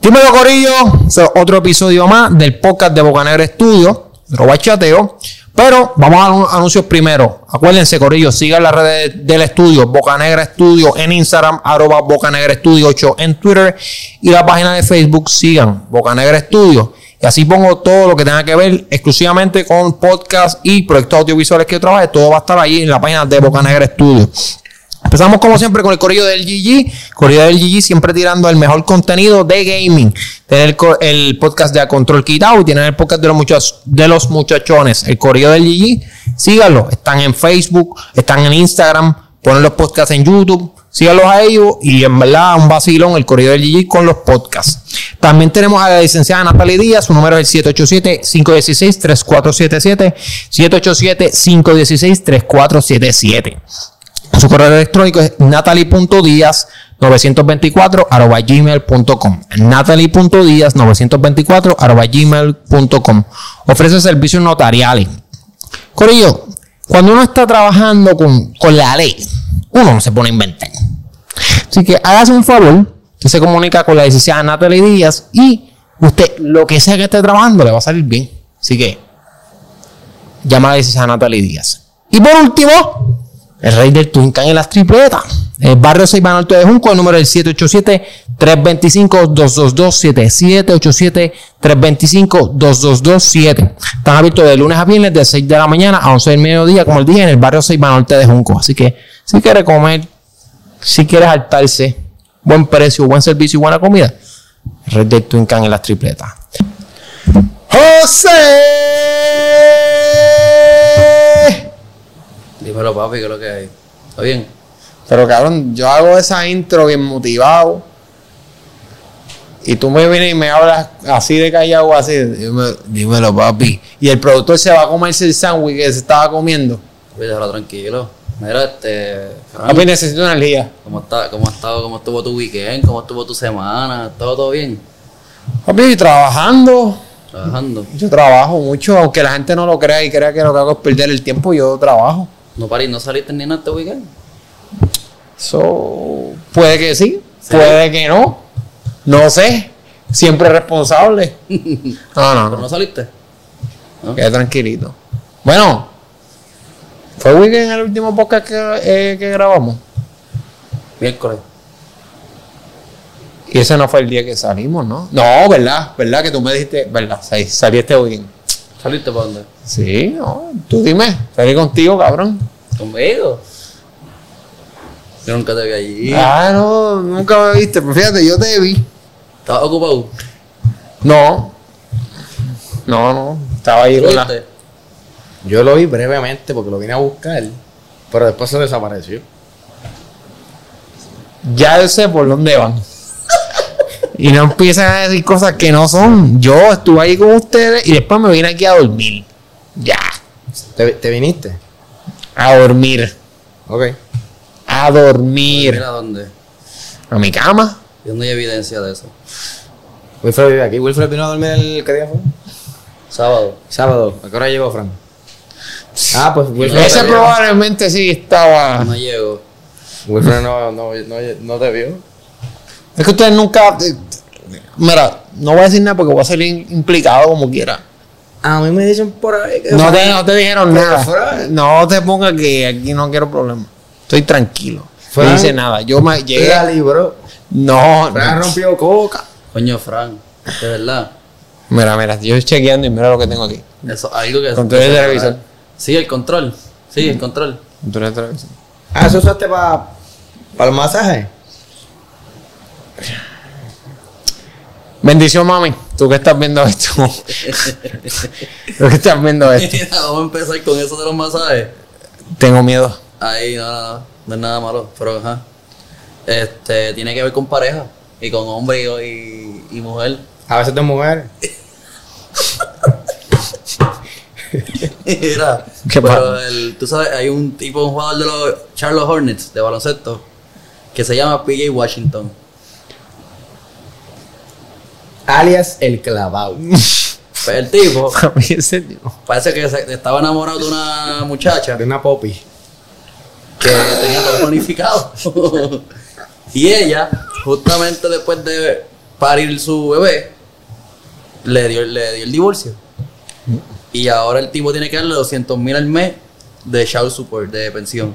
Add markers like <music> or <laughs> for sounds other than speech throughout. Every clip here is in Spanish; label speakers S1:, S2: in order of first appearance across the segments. S1: Dímelo Corillo, So, otro episodio más del podcast de Bocanegra Estudio, Robachateo. Pero vamos a los anuncios primero. Acuérdense, Corillo, sigan las redes del estudio, Bocanegra Estudio en Instagram, arroba Bocanegra Estudio 8 en Twitter y la página de Facebook, sigan Bocanegra Estudio. Y así pongo todo lo que tenga que ver exclusivamente con podcast y proyectos audiovisuales que yo trabaje. Todo va a estar ahí en la página de Bocanegra Estudio. Empezamos como siempre con el corrillo del GG. Corrillo del GG siempre tirando el mejor contenido de gaming. Tener el, co- el podcast de A Control Quitado y tienen el podcast de los, muchachos de los muchachones. El corrillo del GG, síganlo. Están en Facebook, están en Instagram, ponen los podcasts en YouTube. Síganlos a ellos y en verdad un vacilón el corrido del GG con los podcasts. También tenemos a la licenciada Natalie Díaz, su número es el 787-516-3477. 787-516-3477. Su correo electrónico es natalie.díaz924 arroba gmail.com. Natalie.díaz924 arroba gmail.com. Ofrece servicios notariales. Corillo, cuando uno está trabajando con, con la ley, uno no se pone a inventar. Así que hágase un favor, usted se comunica con la licenciada Natalie Díaz y usted, lo que sea que esté trabajando, le va a salir bien. Así que, llama a la licenciada Natalie Díaz. Y por último, el rey del Tuncán en las tripletas. El barrio 6 Banorte de Junco, el número del 787-325-2227. 787-325-2227. Están abiertos de lunes a viernes de 6 de la mañana a 11 del mediodía, como el día, en el barrio 6 Banorte de Junco. Así que si quiere comer, si quiere saltarse, buen precio, buen servicio y buena comida, el rey del Tuncán en las tripletas. José.
S2: Dímelo, papi, que es lo que hay. ¿Está bien?
S1: Pero cabrón, yo hago esa intro bien motivado. Y tú me vienes y me hablas así de callado, así. Dímelo, dímelo, papi. Y el productor se va a comerse el sándwich que se estaba comiendo.
S2: Papi, déjalo tranquilo. Mira, este. Fran,
S1: Papi, necesito energía.
S2: ¿cómo, está, ¿Cómo ha estado? ¿Cómo estuvo tu weekend? ¿Cómo estuvo tu semana? ¿Todo, todo bien?
S1: Papi, trabajando.
S2: Trabajando.
S1: Yo trabajo mucho, aunque la gente no lo crea y crea que lo que hago es perder el tiempo, yo trabajo.
S2: ¿No parís, no saliste ni nada este weekend? <laughs>
S1: So, puede que sí, puede que no. No sé. Siempre responsable. No, no, no.
S2: ¿Pero no saliste?
S1: Queda tranquilito. Bueno, fue weekend el último podcast que, eh, que grabamos.
S2: Miércoles.
S1: Y ese no fue el día que salimos, ¿no? No, ¿verdad? ¿Verdad? Que tú me dijiste, ¿verdad? Sa- Salí este weekend.
S2: ¿Saliste para dónde?
S1: Sí, no, tú dime, salí contigo, cabrón.
S2: ¿Conmigo? Yo nunca te vi allí.
S1: Ah, no, nunca me viste, pero fíjate, yo te vi.
S2: ¿Estabas ocupado?
S1: No, no, no, estaba ahí con la-
S2: ¿Fuiste?
S3: Yo lo vi brevemente porque lo vine a buscar, pero después se desapareció.
S1: Ya yo sé por dónde van. Y no empiezan a decir cosas que no son. Yo estuve ahí con ustedes y después me vine aquí a dormir. Ya,
S3: ¿Te, te viniste?
S1: a dormir.
S3: Ok.
S1: a dormir
S2: Pues Mira dónde.
S1: a mi cama.
S2: Yo no hay evidencia de eso.
S3: Wilfred vive aquí. Wilfred vino a dormir el ¿qué día fue?
S2: Sábado.
S3: Sábado. ¿A qué hora llegó Fran? Ah, pues Wilfred.
S1: Ese
S3: te vio.
S1: probablemente sí estaba.
S2: No llego.
S3: Wilfred no, no, no, no te vio.
S1: Es que ustedes nunca. eh, Mira, no voy a decir nada porque voy a salir implicado como quiera.
S3: A mí me dicen por ahí que.
S1: No te, no te dijeron
S3: Porque
S1: nada.
S3: Fran-
S1: No te pongas que aquí no quiero problemas. Estoy tranquilo. No
S3: Fran-
S1: hice nada. Yo me llegué.
S3: La libró.
S1: No,
S3: Fran
S1: no.
S3: rompió coca.
S2: Coño, Fran. De verdad.
S1: Mira, mira, yo estoy chequeando y mira lo que tengo aquí.
S2: Eso, algo que.
S1: Control de
S2: que se-
S1: televisor.
S2: Sí, el control. Sí, el control. <laughs>
S1: Tú le traes-
S3: Ah, eso usaste para el masaje.
S1: Bendición, mami. Tú que estás viendo esto. Tú que estás viendo esto.
S2: Mira, Vamos a empezar con eso de los masajes.
S1: Tengo miedo. <laughs>
S2: Ahí, no, no, no, no es nada malo, pero ajá. Este, tiene que ver con pareja y con hombre y, y- y mujer. <laughs>
S3: A veces de mujeres.
S2: Mira,
S1: Qué
S2: pero
S1: pa-
S2: el- tú sabes, hay un tipo, un jugador de los Charlotte Hornets de baloncesto que se llama PJ Washington.
S3: Alias el clavado.
S2: Pues el tipo
S1: Papi, en serio.
S2: parece que se- estaba enamorado de una muchacha
S3: De una popi.
S2: que <laughs> tenía todo planificado. y ella, justamente después de parir su bebé, le dio, le dio el divorcio. Y ahora el tipo tiene que darle 200 mil al mes de child support, de pensión.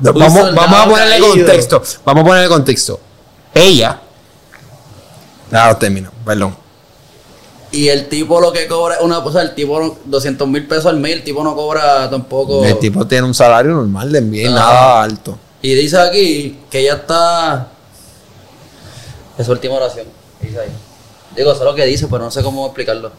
S1: No,
S2: Un
S1: Vamos,
S2: soldado
S1: vamos a ponerle
S2: caído.
S1: contexto. Vamos a ponerle contexto. Ella. Claro, término, Ah, perdón.
S2: Y el tipo lo que cobra, una cosa, el tipo no- 200 mil pesos al mes, el tipo no cobra tampoco.
S1: El tipo tiene un salario normal de envío,
S2: Ah.
S1: nada alto.
S2: Y dice aquí que ya está. Es su última oración. Dice ahí. Digo, eso es lo que dice, pero no sé cómo explicarlo.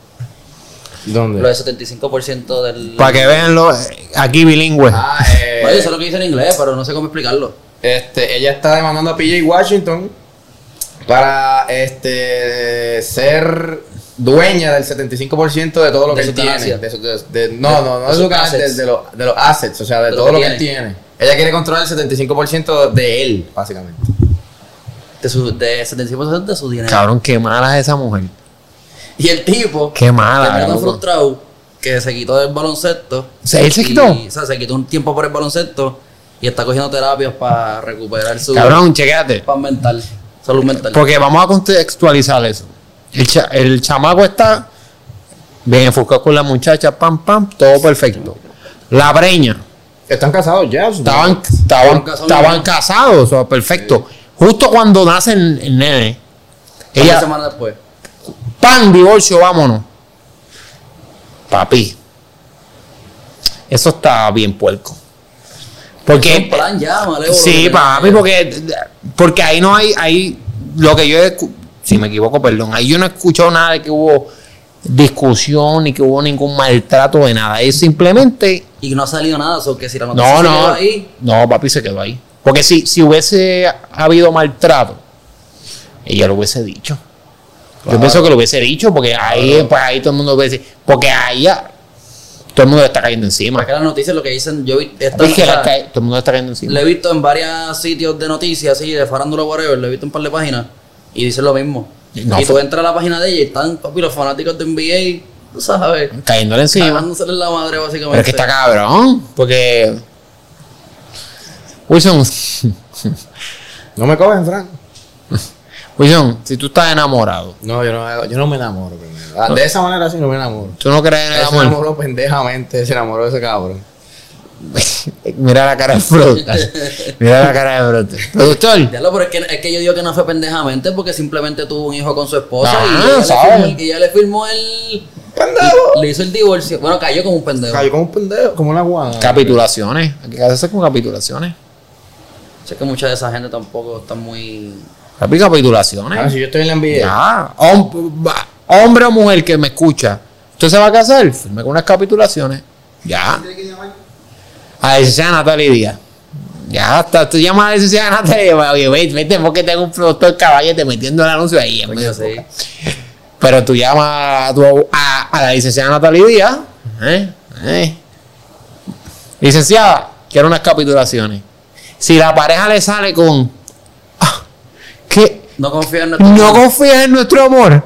S3: ¿Dónde?
S2: Lo del 75% del.
S1: Para que veanlo, eh, aquí bilingüe.
S3: Ah, eh,
S2: Oye, eso es lo que dice en inglés, pero no sé cómo explicarlo.
S3: Este, ella está demandando a PJ Washington para este ser dueña del 75% de todo lo
S2: De
S3: que
S2: su
S3: él tiene.
S2: ganancia.
S3: De su- de- de- no, no, no
S2: de
S3: de,
S2: sus
S3: su ganancia,
S2: assets.
S3: de, de los- de los assets, o sea, de,
S2: De lo
S3: todo
S2: que
S3: lo que él tiene. Ella quiere controlar el 75% de él, básicamente.
S2: De, su, de 75% de su dinero.
S1: Cabrón, qué mala es esa mujer.
S2: Y el tipo.
S1: Qué mala,
S2: terminó tan
S1: loco.
S2: frustrado que se quitó del baloncesto.
S1: O sea, ¿él se
S2: Y-
S1: quitó?
S2: o sea, se quitó un tiempo por el baloncesto y está cogiendo terapias para recuperar su.
S1: Cabrón, chequéate.
S2: Paz mental. Salud mental.
S1: Porque vamos a contextualizar eso. El, cha- el chamaco está bien enfocado con la muchacha, pam, pam, todo perfecto. La breña.
S3: Están casados ya. supongo.
S1: Estaban, estaban,
S2: Estaban casados.
S1: estaban casados, o sea, perfecto. Justo cuando nace el, el nene,
S2: Una
S1: ella,
S2: semana después.
S1: pan, divorcio, vámonos. Papi, eso está bien puerco. Porque
S2: Un plan ya, malévolo, que
S1: Eh, Sí,
S2: tenía.
S1: papi, porque, porque ahí no hay, ahí lo que yo, escu- si me equivoco, perdón, ahí yo no he escuchado nada de que hubo discusión ni que hubo ningún maltrato de nada. Es simplemente,
S2: Y no ha salido nada, so que si la noticia
S1: no,
S2: se
S1: no,
S2: quedó ahí,
S1: no, papi se quedó ahí. Porque si, si hubiese habido maltrato, ella lo hubiese dicho. Yo pienso que lo hubiese dicho, porque ahí, pues ahí todo el mundo hubiese, porque ahí ya, todo el mundo le está cayendo encima.
S2: acá las noticias lo que dicen, yo vi, esta-
S1: Es que
S2: o
S1: le
S2: sea,
S1: cae- todo el mundo le está cayendo encima.
S2: lo he visto en varios sitios de noticias, así, de farándula whatever, lo he visto en un par de páginas, y dicen lo mismo.
S1: No,
S2: y tú
S1: fue-
S2: entras a la página de ella y están, papi, los fanáticos de NBA, tú sabes,
S1: Cayéndole encima.
S2: cagándosele en la madre, básicamente.
S1: Pero es que está cabrón, porque. Wilson, <laughs>
S3: No me cogen, Frank.
S1: Wilson, si tú estás enamorado,
S3: No, yo no, yo no me enamoro primero. Ah, De esa manera sí no me enamoro.
S1: tú no crees en el
S3: Él se
S1: amor.
S3: enamoró pendejamente, se enamoró de ese cabrón.
S1: <laughs> Mira la cara de fruta. <laughs> Mira la cara de fruta. Productor,
S2: Diablo, pero es que, es que yo digo que no fue pendejamente porque simplemente tuvo un hijo con su esposa
S1: Ah,
S2: y, ella le
S1: ¿sabes?
S2: firmó, el- y ella le firmó el...
S3: ¡Pendejo!
S2: Le hizo el divorcio. Bueno, cayó como un pendejo.
S3: Cayó como un pendejo, como una guana.
S1: capitulaciones. Hay que hacerse con capitulaciones.
S2: Sé que mucha de esa gente tampoco está muy...
S1: Papi,
S3: Ah,
S1: capitulaciones.
S3: si yo estoy en la NBA.
S1: Ya. Hom- va- hombre o mujer que me escucha, ¿usted se va a casar? Firme con unas capitulaciones. Ya. A la licenciada Natalia Díaz. Ya hasta tú llamas a la licenciada Natalia y dices, oye, vete, vete, porque tengo un productor caballete metiendo el anuncio ahí. en medio
S2: Coño,
S1: de
S2: sí.
S1: boca. Pero tú llamas a, tu abu- a, a la licenciada Natalia Díaz. ¿eh? ¿eh? Licenciada, quiero unas capitulaciones. Si la pareja le sale con. "Ah, ¿Qué?
S2: No confía en nuestro
S1: No confías en nuestro amor.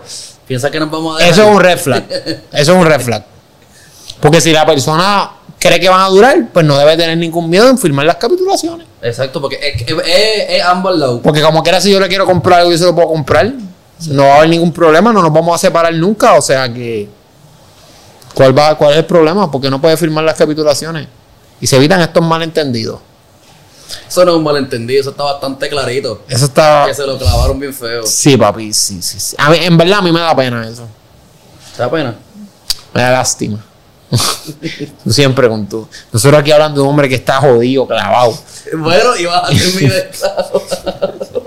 S2: Piensa que nos vamos a dejar.
S1: Eso es un red flag. Eso es un red flag. Porque si la persona cree que van a durar, pues no debe tener ningún miedo en firmar las capitulaciones.
S2: Exacto, porque es, es, es- es ambos lados.
S1: Porque como quiera, si yo le quiero comprar algo, yo se lo puedo comprar. No va a haber ningún problema, no nos vamos a separar nunca. O sea que. ¿Cuál, va, cuál es el problema? Porque no puede firmar las capitulaciones. Y se evitan estos malentendidos.
S2: Eso no es un malentendido, eso está bastante clarito.
S1: Eso está.
S2: Que se lo clavaron bien feo.
S1: Sí, papi, sí, sí. sí. A mí- en verdad, a mí me da pena eso.
S2: ¿Te da pena?
S1: Me da lástima. <laughs> Tú siempre con tú. Nosotros aquí hablando de un hombre que está jodido, clavado.
S2: <laughs> Bueno, y vas a hacer mi de-
S1: <laughs>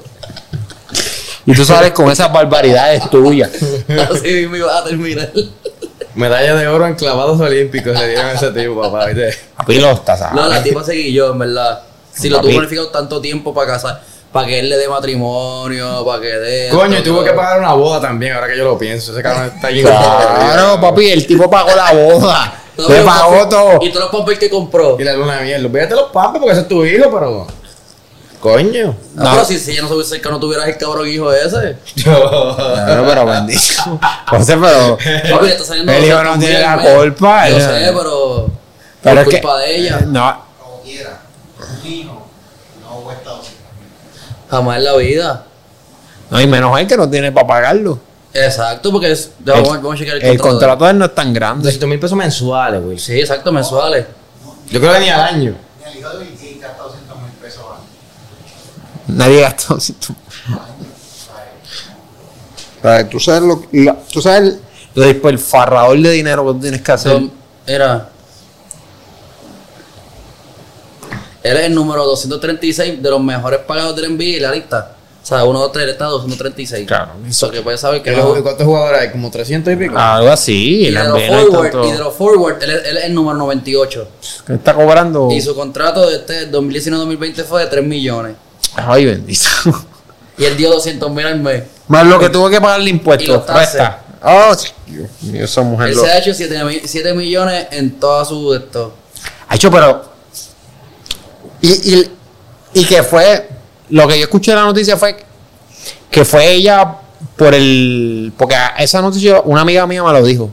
S1: Y tú sales con esas barbaridades tuyas.
S2: Así mismo ibas a terminar.
S3: Medalla de oro en clavados olímpicos le dieron a ese tipo, papá. <laughs> ¿viste?
S1: Papi, lo estás
S2: No, la tipa seguí yo, en verdad. Si lo tuvo
S1: Papi.
S2: planificado tanto tiempo para casar, para que él le dé matrimonio, para que dé.
S3: Coño, y
S2: esto,
S3: tuvo que
S2: todo.
S3: pagar una boda también, ahora que yo lo pienso. Ese cabrón está allí.
S1: Claro, papi, el tipo pagó la boda.
S2: No,
S1: Le
S2: pero-
S1: pagó todo.
S2: Y todos los papers que compró.
S3: Y la luna de miel. Olvídate los papes porque ese es tu hijo, pero. <laughs> Coño.
S2: No,
S1: No.
S2: pero si, si ella no se hubiese que no tuvieras el cabrón
S1: <laughs>
S2: hijo ese.
S1: Claro, pero bendito. O sea, pero.
S2: Papi, le está saliendo
S1: El hijo no
S2: 200
S1: tiene
S2: mil
S1: la
S2: al mes.
S1: culpa.
S2: Yo
S1: eh.
S2: sé, pero.
S1: Pero
S2: Pero
S1: es que- eh,
S2: culpa de ella.
S1: No.
S4: como quiera, un vino no cuesta 200
S2: Jamás en la vida.
S1: No, y menos él que no tiene para pagarlo.
S2: Exacto, porque es. ya
S1: El-
S2: vamos, a- vamos a checar el,
S1: El
S2: contrato.
S1: contrato de él no es tan grande.
S3: 200 mil pesos mensuales, güey.
S2: Sí, exacto, mensuales.
S3: Yo creo que ni al año.
S4: Y el hijo de Vicky gastó 200 mil pesos antes.
S1: Nadie gastó. si tú- O sea, Tú sabes lo la- tú sabes el, el farrador de dinero que tú tienes que hacer.
S2: Son- Era. Él es el número 236 de los mejores pagados del NBA y la lista. O sea, 1, 2, 3, él está 236.
S1: Claro,
S2: Eso que puedes saber que
S3: ¿Qué-
S2: no.
S3: ¿Cuántos jugadores hay? ¿Como 300 y pico?
S1: Ah, Algo así.
S2: Y
S1: el
S2: de los
S1: NBA no hay
S2: forward,
S1: tanto-
S2: y de los forward, él, es- él es el número 98.
S1: Está cobrando.
S2: Y su contrato de este 2019-2020 fue de 3 millones.
S1: Ay, bendito.
S2: Y él dio 200 mil al mes.
S1: <laughs> Más lo que tuvo que pagarle
S2: Y
S1: impuestos.
S2: los taxes.
S1: Resta. Oh, Dios mío, esa mujer
S2: Él
S1: lo.
S2: se ha hecho 7, mi- 7 millones en toda su de esto.
S1: Ha hecho, pero. Y, y, y que fue. Lo que yo escuché de la noticia fue que fue ella por el. Porque a- esa noticia, una amiga mía me lo dijo.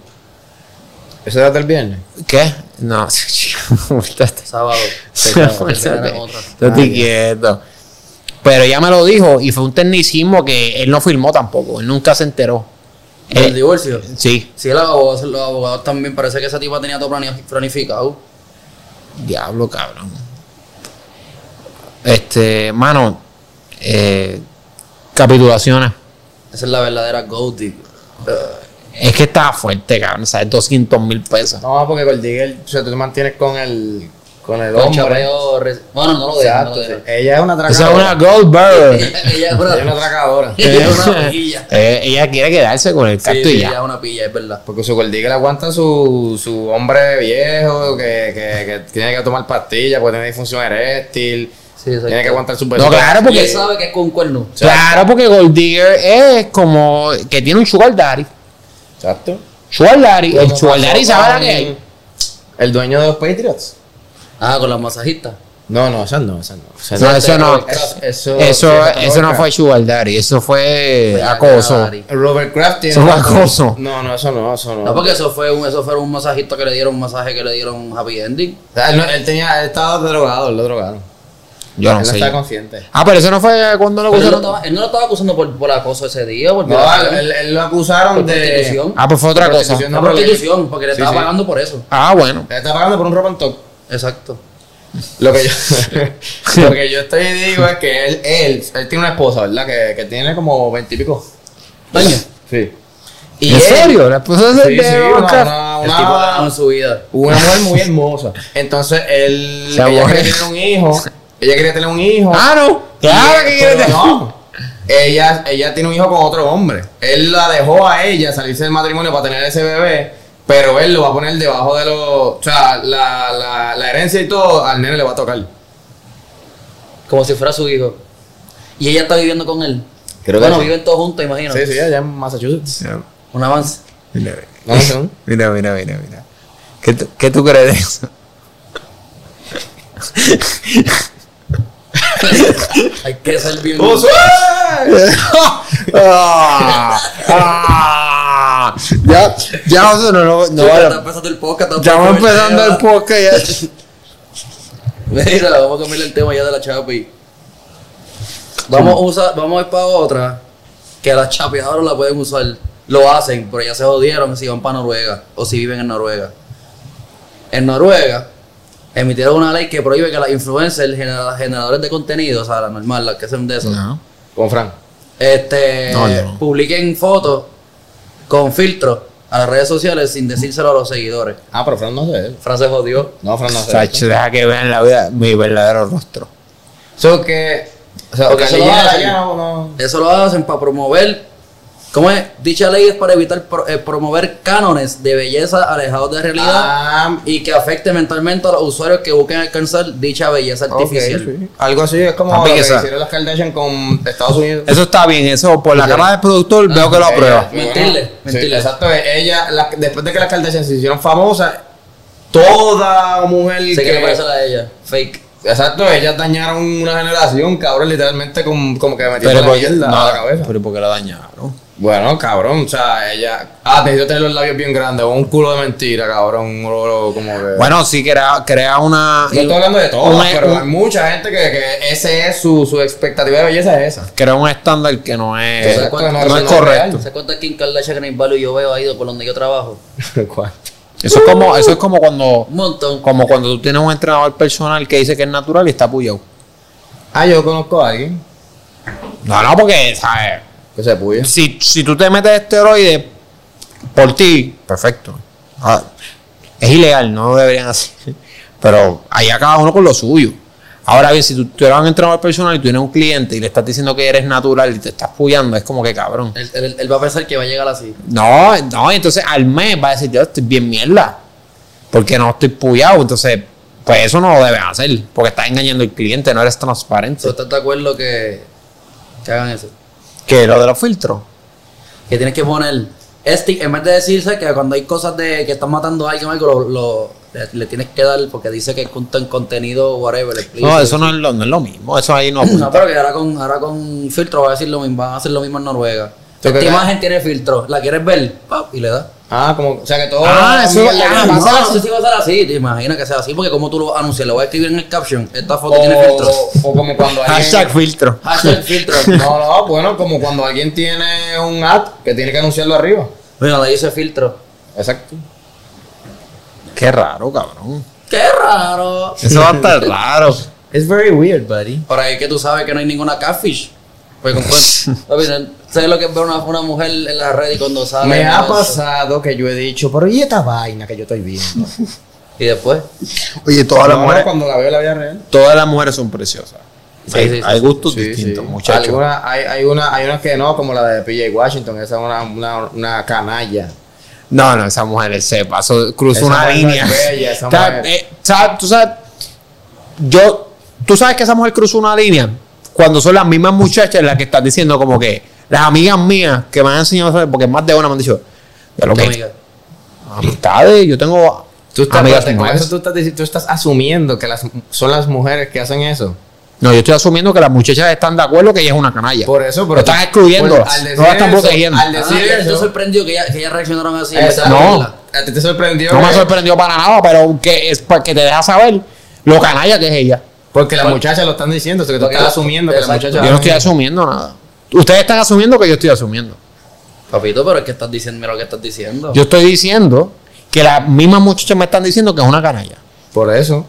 S3: ¿Eso era del viernes?
S1: ¿Qué? No, <laughs> estás <laughs>
S2: Sábado. <laughs>
S1: estoy quieto. Pero ella me lo dijo y fue un tecnicismo que él no firmó tampoco. Él nunca se enteró.
S2: El
S1: Eh,
S2: divorcio.
S1: sí,
S2: Sí, los abogados, los abogados también. Parece que esa tipa tenía todo plani- planificado.
S1: diablo, cabrón. Este, mano, eh, capitulaciones.
S2: Esa es la verdadera gold digger.
S1: Es que estaba fuerte, cabrón. O sea, 200 mil pesos.
S3: No, porque con Digger, o sea, tú te mantienes con el, con el
S2: Con
S3: hombre.
S2: chapeo re- Bueno, no lo dejan, no
S3: Exacto.
S2: lo dejan.
S3: Ella es una
S1: Esa es una
S3: atracadora.
S1: Goldberg.
S2: <laughs> Ella es
S3: Ella es una
S2: una-
S3: atracadora.
S2: <laughs> ella
S1: <laughs>
S2: es una pilla.
S1: Eh, ella quiere quedarse con el
S2: Sí,
S1: cactus
S2: sí,
S1: y
S2: ella es
S1: ya.
S2: una pilla, es verdad.
S3: Porque su Goldigger aguanta su, su hombre viejo que, que, que tiene que tomar pastillas porque tiene disfunción eréctil.
S2: Sí, exacto.
S3: Tiene que aguantar su
S1: No, claro,
S2: Y él
S1: porque,
S2: sabe que es con cuerno.
S1: claro, porque Gold Digger es como que tiene un sugar daddy.
S3: Exacto.
S1: Sugar daddy. El
S3: Como
S1: sugar daddy
S3: pasó
S1: Pues sabe la
S3: con
S1: que hay.
S3: El dueño de los Patriots.
S2: Ah, con las masajistas.
S3: No, no, esas no, esas no. Esas
S1: No,
S3: no.
S1: eso no.
S2: Eso-
S3: eso,
S1: Eso,
S3: sí,
S1: eso no
S3: otra.
S1: fue sugar daddy. Eso fue
S2: Fue
S1: acoso.
S2: daddy.
S3: Robert Kraft tiene-
S1: Eso fue acoso.
S3: No, no, eso no, eso no.
S2: No, porque eso fue un, eso fue un masajista que le dieron, un masaje que le dieron un happy ending.
S3: O sea, él, no- él tenía, él estaba drogado, él lo drogaron.
S1: Yo
S3: él
S1: no
S3: no
S1: sé.
S3: estaba consciente.
S1: Ah, pero eso no fue cuando lo
S2: Pero él, no
S1: acusaron.
S2: estaba, él no lo estaba acusando por, por acoso ese día, por
S3: No,
S2: violación,
S3: él, él- él lo acusaron
S2: por
S3: de.
S2: prostitución.
S1: Ah, pues fue otra cosa.
S3: Prostitución,
S2: No,
S3: no,
S2: por
S3: pero-
S2: prostitución, porque le
S3: Sí,
S2: estaba
S3: sí.
S2: pagando por eso.
S1: Ah, bueno.
S3: Él está pagando por un ropa en top.
S2: Exacto.
S3: Lo que
S1: <laughs>
S3: yo, lo que yo estoy digo es que él, él, él tiene una esposa, ¿verdad? Que, que tiene como veintipico.
S2: Daño.
S3: Sí.
S1: ¿En serio? ¿La esposa de
S3: Sí, sí,
S1: de Robert Kraft?
S3: una, una,
S2: El tipo
S3: una-
S2: daba en su vida.
S3: una mujer muy hermosa. Entonces él.
S1: Esa
S3: ella
S1: mujer.
S3: quería tener un hijo. Ella quería tener un hijo.
S1: Ah, no.
S3: Y
S1: Claro
S3: él-
S1: que quiere
S3: pero
S1: tener-
S3: No. Ella, ella tiene un hijo con otro hombre. Él la dejó a ella salirse del matrimonio para tener ese bebé, pero él lo va a poner debajo de los. O sea, la, la, la herencia y todo al nene le va a tocar.
S2: Como si fuera su hijo. Y ella está viviendo con él.
S3: Creo que
S2: bueno,
S3: sí.
S2: viven todos juntos, imagino.
S3: Sí, sí, allá en Massachusetts.
S2: Un avance.
S1: <laughs> Mira,
S3: No, no sé, ¿no?
S1: mira, mira, mira. mira. ¿Qué, tú- ¿Qué tú crees de
S3: <laughs>
S1: eso?
S2: Hay que ser bien.
S3: ¡Oh,
S1: <laughs> Ah, ah. ya, ya, o sea, no, no, no,
S2: Mira, está
S1: vale.
S2: empezando el podcast. está
S1: ya vamos
S2: empezando
S1: empezando el
S2: tema.
S1: podcast.
S2: Mira, vamos a cambiar el tema ya de la Chapi. Vamos a usar, vamos a ir para otra. Que la Chapi ahora la pueden usar. Lo hacen, pero ya se jodieron si van para Noruega o si viven en Noruega. En Noruega emitieron una ley que prohíbe que las influencers, genera- generadores de contenido, o sea, las normales, las que hacen de
S1: ya.
S2: eso,
S1: No.
S3: Con Fran.
S2: este,
S1: No, yo no.
S2: publiquen fotos con filtro a las redes sociales sin decírselo a los seguidores.
S3: Ah, pero Fran no se ve.
S2: Frase jodió.
S3: No, Fran no se ve.
S1: Sacho, deja que vean la vida, mi verdadero rostro.
S3: So que. O sea,
S2: Porque
S3: que
S2: eso lo
S3: Lillera
S2: hacen.
S3: allá no, no.
S2: Eso lo hacen para promover. ¿Cómo es? Dicha ley es para evitar pro- eh, promover cánones de belleza alejados de realidad
S3: Ah,
S2: y que afecte mentalmente a los usuarios que busquen alcanzar dicha belleza
S3: ok,
S2: artificial.
S3: sí. Algo así es como
S1: Papi,
S3: lo que
S1: que sea.
S3: hicieron las Kardashian con Estados Unidos.
S1: Eso está bien, eso por la cara del productor veo que lo
S3: Ella,
S1: aprueba.
S3: bueno,
S2: Mentirle, mentirle.
S3: exacto, ella, la- después de que las Kardashian se hicieron famosas, toda mujer
S2: Sé que le parece a la de ella. Fake.
S1: Eh,
S3: Exacto, ellas dañaron una generación, cabrón, literalmente con, como que metieron
S1: Pero
S3: la
S1: por-
S3: mierda
S1: no,
S3: a la cabeza.
S1: pero porque la dañaron.
S3: Bueno, cabrón, o sea, ella. Ah, te hizo tener los labios bien grandes, un culo de mentira, cabrón. Un olor como que.
S1: Bueno, sí, crea, crea una.
S3: no estoy hablando de todo,
S1: una-
S3: pero
S1: un-
S3: hay mucha gente que, que ese es su, su expectativa de belleza, es esa.
S1: crea un estándar que no es,
S3: Exacto,
S1: no
S3: no
S1: es
S3: es
S1: correcto.
S2: ¿Se cuenta Kim Kardashian en Value yo veo ahí por donde yo trabajo?
S1: Eso es como, eso es como cuando,
S2: Un montón.
S1: como cuando tú tienes un entrenador personal que dice que es natural y está puyado.
S3: Ah, yo conozco a alguien
S1: No, no, porque, ¿sabes?
S3: que se puya.
S1: Si, si tú te metes esteroides por ti, perfecto. Ah, es ilegal, no deberían hacer. Pero allá cada uno con lo suyo. Ahora bien, si tú, tú eres un entrenador personal y tú tienes un cliente y le estás diciendo que eres natural y te estás puyando, es como que cabrón.
S2: Él, él- él va a pensar que va a llegar así.
S1: No, no, entonces al mes va a decir, yo estoy bien mierda. Porque no estoy puyado. Entonces, pues eso no lo debes hacer. Porque estás engañando al cliente, no eres transparente.
S2: ¿Tú estás de acuerdo que, que hagan eso?
S1: Que lo de los filtros.
S2: Que tienes que poner. Este, en vez de decirse que cuando hay cosas de que están matando a alguien o algo, lo, lo- le, le tienes que dar porque dice que es conten- contenido, whatever.
S1: No,
S2: explícito.
S1: eso no es lo, no es lo mismo. Eso ahí <clears throat> no
S2: No,
S1: apunta.
S2: pero que ahora con, ahora con filtro va a decir lo mismo, van a hacer lo mismo en Noruega.
S3: ¿Tú
S2: Esta
S3: qué crees?
S2: imagen tiene filtro, la quieres ver, ¡pap! y le das.
S3: Ah, como. O sea, que todo.
S1: Ah, eso-
S3: mierda
S1: ah,
S3: que-
S1: va a
S2: no,
S1: ser
S2: no
S1: así.
S2: sé si va a ser así, te imaginas que sea así, porque como tú lo anuncias, lo voy a escribir en el caption, esta foto
S1: Oh.
S2: tiene Ah, filtro.
S3: o, o como cuando alguien.
S1: Hashtag filtro.
S2: <laughs> Hashtag filtro.
S3: No, no, bueno, como cuando alguien tiene un ad que tiene que anunciarlo arriba.
S2: Mira, le dice filtro.
S3: Exacto.
S1: Qué raro, cabrón.
S2: ¡Qué raro!
S1: Eso va a estar raro.
S3: It's very weird, buddy.
S2: Por ahí que tú sabes que no hay ninguna catfish. Pues
S1: <laughs>
S2: con cuento. Papi, no- ¿Sabes lo que es ver una, una mujer en la red y cuando sale?
S3: Ah, Me
S2: no,
S3: ha
S2: eso?
S3: pasado que yo he dicho, pero ¿y esta vaina que yo estoy viendo?
S2: Y después.
S1: Oye, todas las
S3: No,
S1: mujeres,
S3: cuando la veo en la vida real.
S1: todas las mujeres son preciosas.
S2: Sí,
S1: hay
S2: sí, sí,
S1: hay
S2: sí.
S1: gustos
S3: Sí,
S1: distintos,
S3: sí.
S1: muchachos.
S3: Alguna- hay, hay, una, hay unas que no, como la de PJ Washington, esa es una, una, una canalla.
S1: No, no, esa mujer se pasó, cruzó
S3: Esa
S1: una
S3: mujer no
S1: línea.
S3: es bella, esa
S1: Está-
S3: mujer.
S1: eh, sabe- tú sabes, yo, tú sabes que esa mujer cruzó una línea cuando son las mismas muchachas las que están diciendo como que las amigas mías que me han enseñado, ¿sabes? porque más de una me han dicho, ya lo
S2: tu
S1: que
S2: amiga.
S1: amistades, yo tengo
S3: Tú estás,
S1: amigas
S3: espérate, con
S1: mujeres.
S3: eso tú estás, dici- tú estás asumiendo que las, son las mujeres que hacen eso.
S1: No, yo estoy asumiendo que las muchachas están de acuerdo que ella es una canalla.
S3: Por eso, pero.
S1: Lo están excluyendo,
S3: Por- al
S1: no la están
S3: decir eso,
S1: protegiendo.
S3: Al
S2: Ah,
S3: decir
S2: ya
S3: eso. Eh,
S2: estoy sorprendido que ya, que ya reaccionaron así.
S3: Exacto.
S1: No.
S3: A ti te sorprendió.
S1: no me
S3: que-
S1: sorprendió para nada, pero que es para que te deja saber lo canalla que es ella.
S3: Porque las muchachas lo están diciendo, o sea, que tú
S2: Porque
S3: estás
S2: lo-
S3: asumiendo que las
S2: exacto.
S3: muchachas.
S1: Yo no estoy asumiendo nada. Ustedes están asumiendo que yo estoy asumiendo.
S2: Papito, pero es que estás diciendo, mira lo que estás diciendo.
S1: Yo estoy diciendo que las mismas muchachas me están diciendo que es una canalla.
S3: Por eso.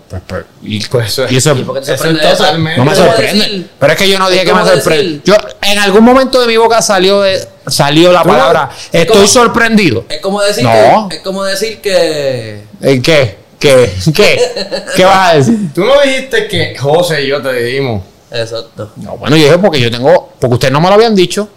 S1: Y,
S3: Por pues, eso.
S1: y eso
S2: ¿Y por qué te
S3: Eso
S2: sorprende
S3: es
S2: eso?
S3: totalmente-
S1: no me
S2: ¿Cómo
S1: sorprende.
S2: decir?
S1: Pero es que yo no dije que me
S2: ¿Cómo
S1: sorprende.
S2: decir?
S1: Yo, en algún momento de mi boca salió, de- salió la
S3: ¿Tú no?
S1: palabra estoy
S2: ¿Cómo?
S1: sorprendido.
S2: Es como decir
S1: No.
S2: que. Es como decir que.
S1: ¿En qué? ¿Qué? ¿Qué? ¿Qué vas a decir?
S3: Tú no dijiste que José y yo te dijimos.
S2: Exacto.
S1: No, bueno, yo dije porque yo tengo, porque ustedes no me lo habían dicho.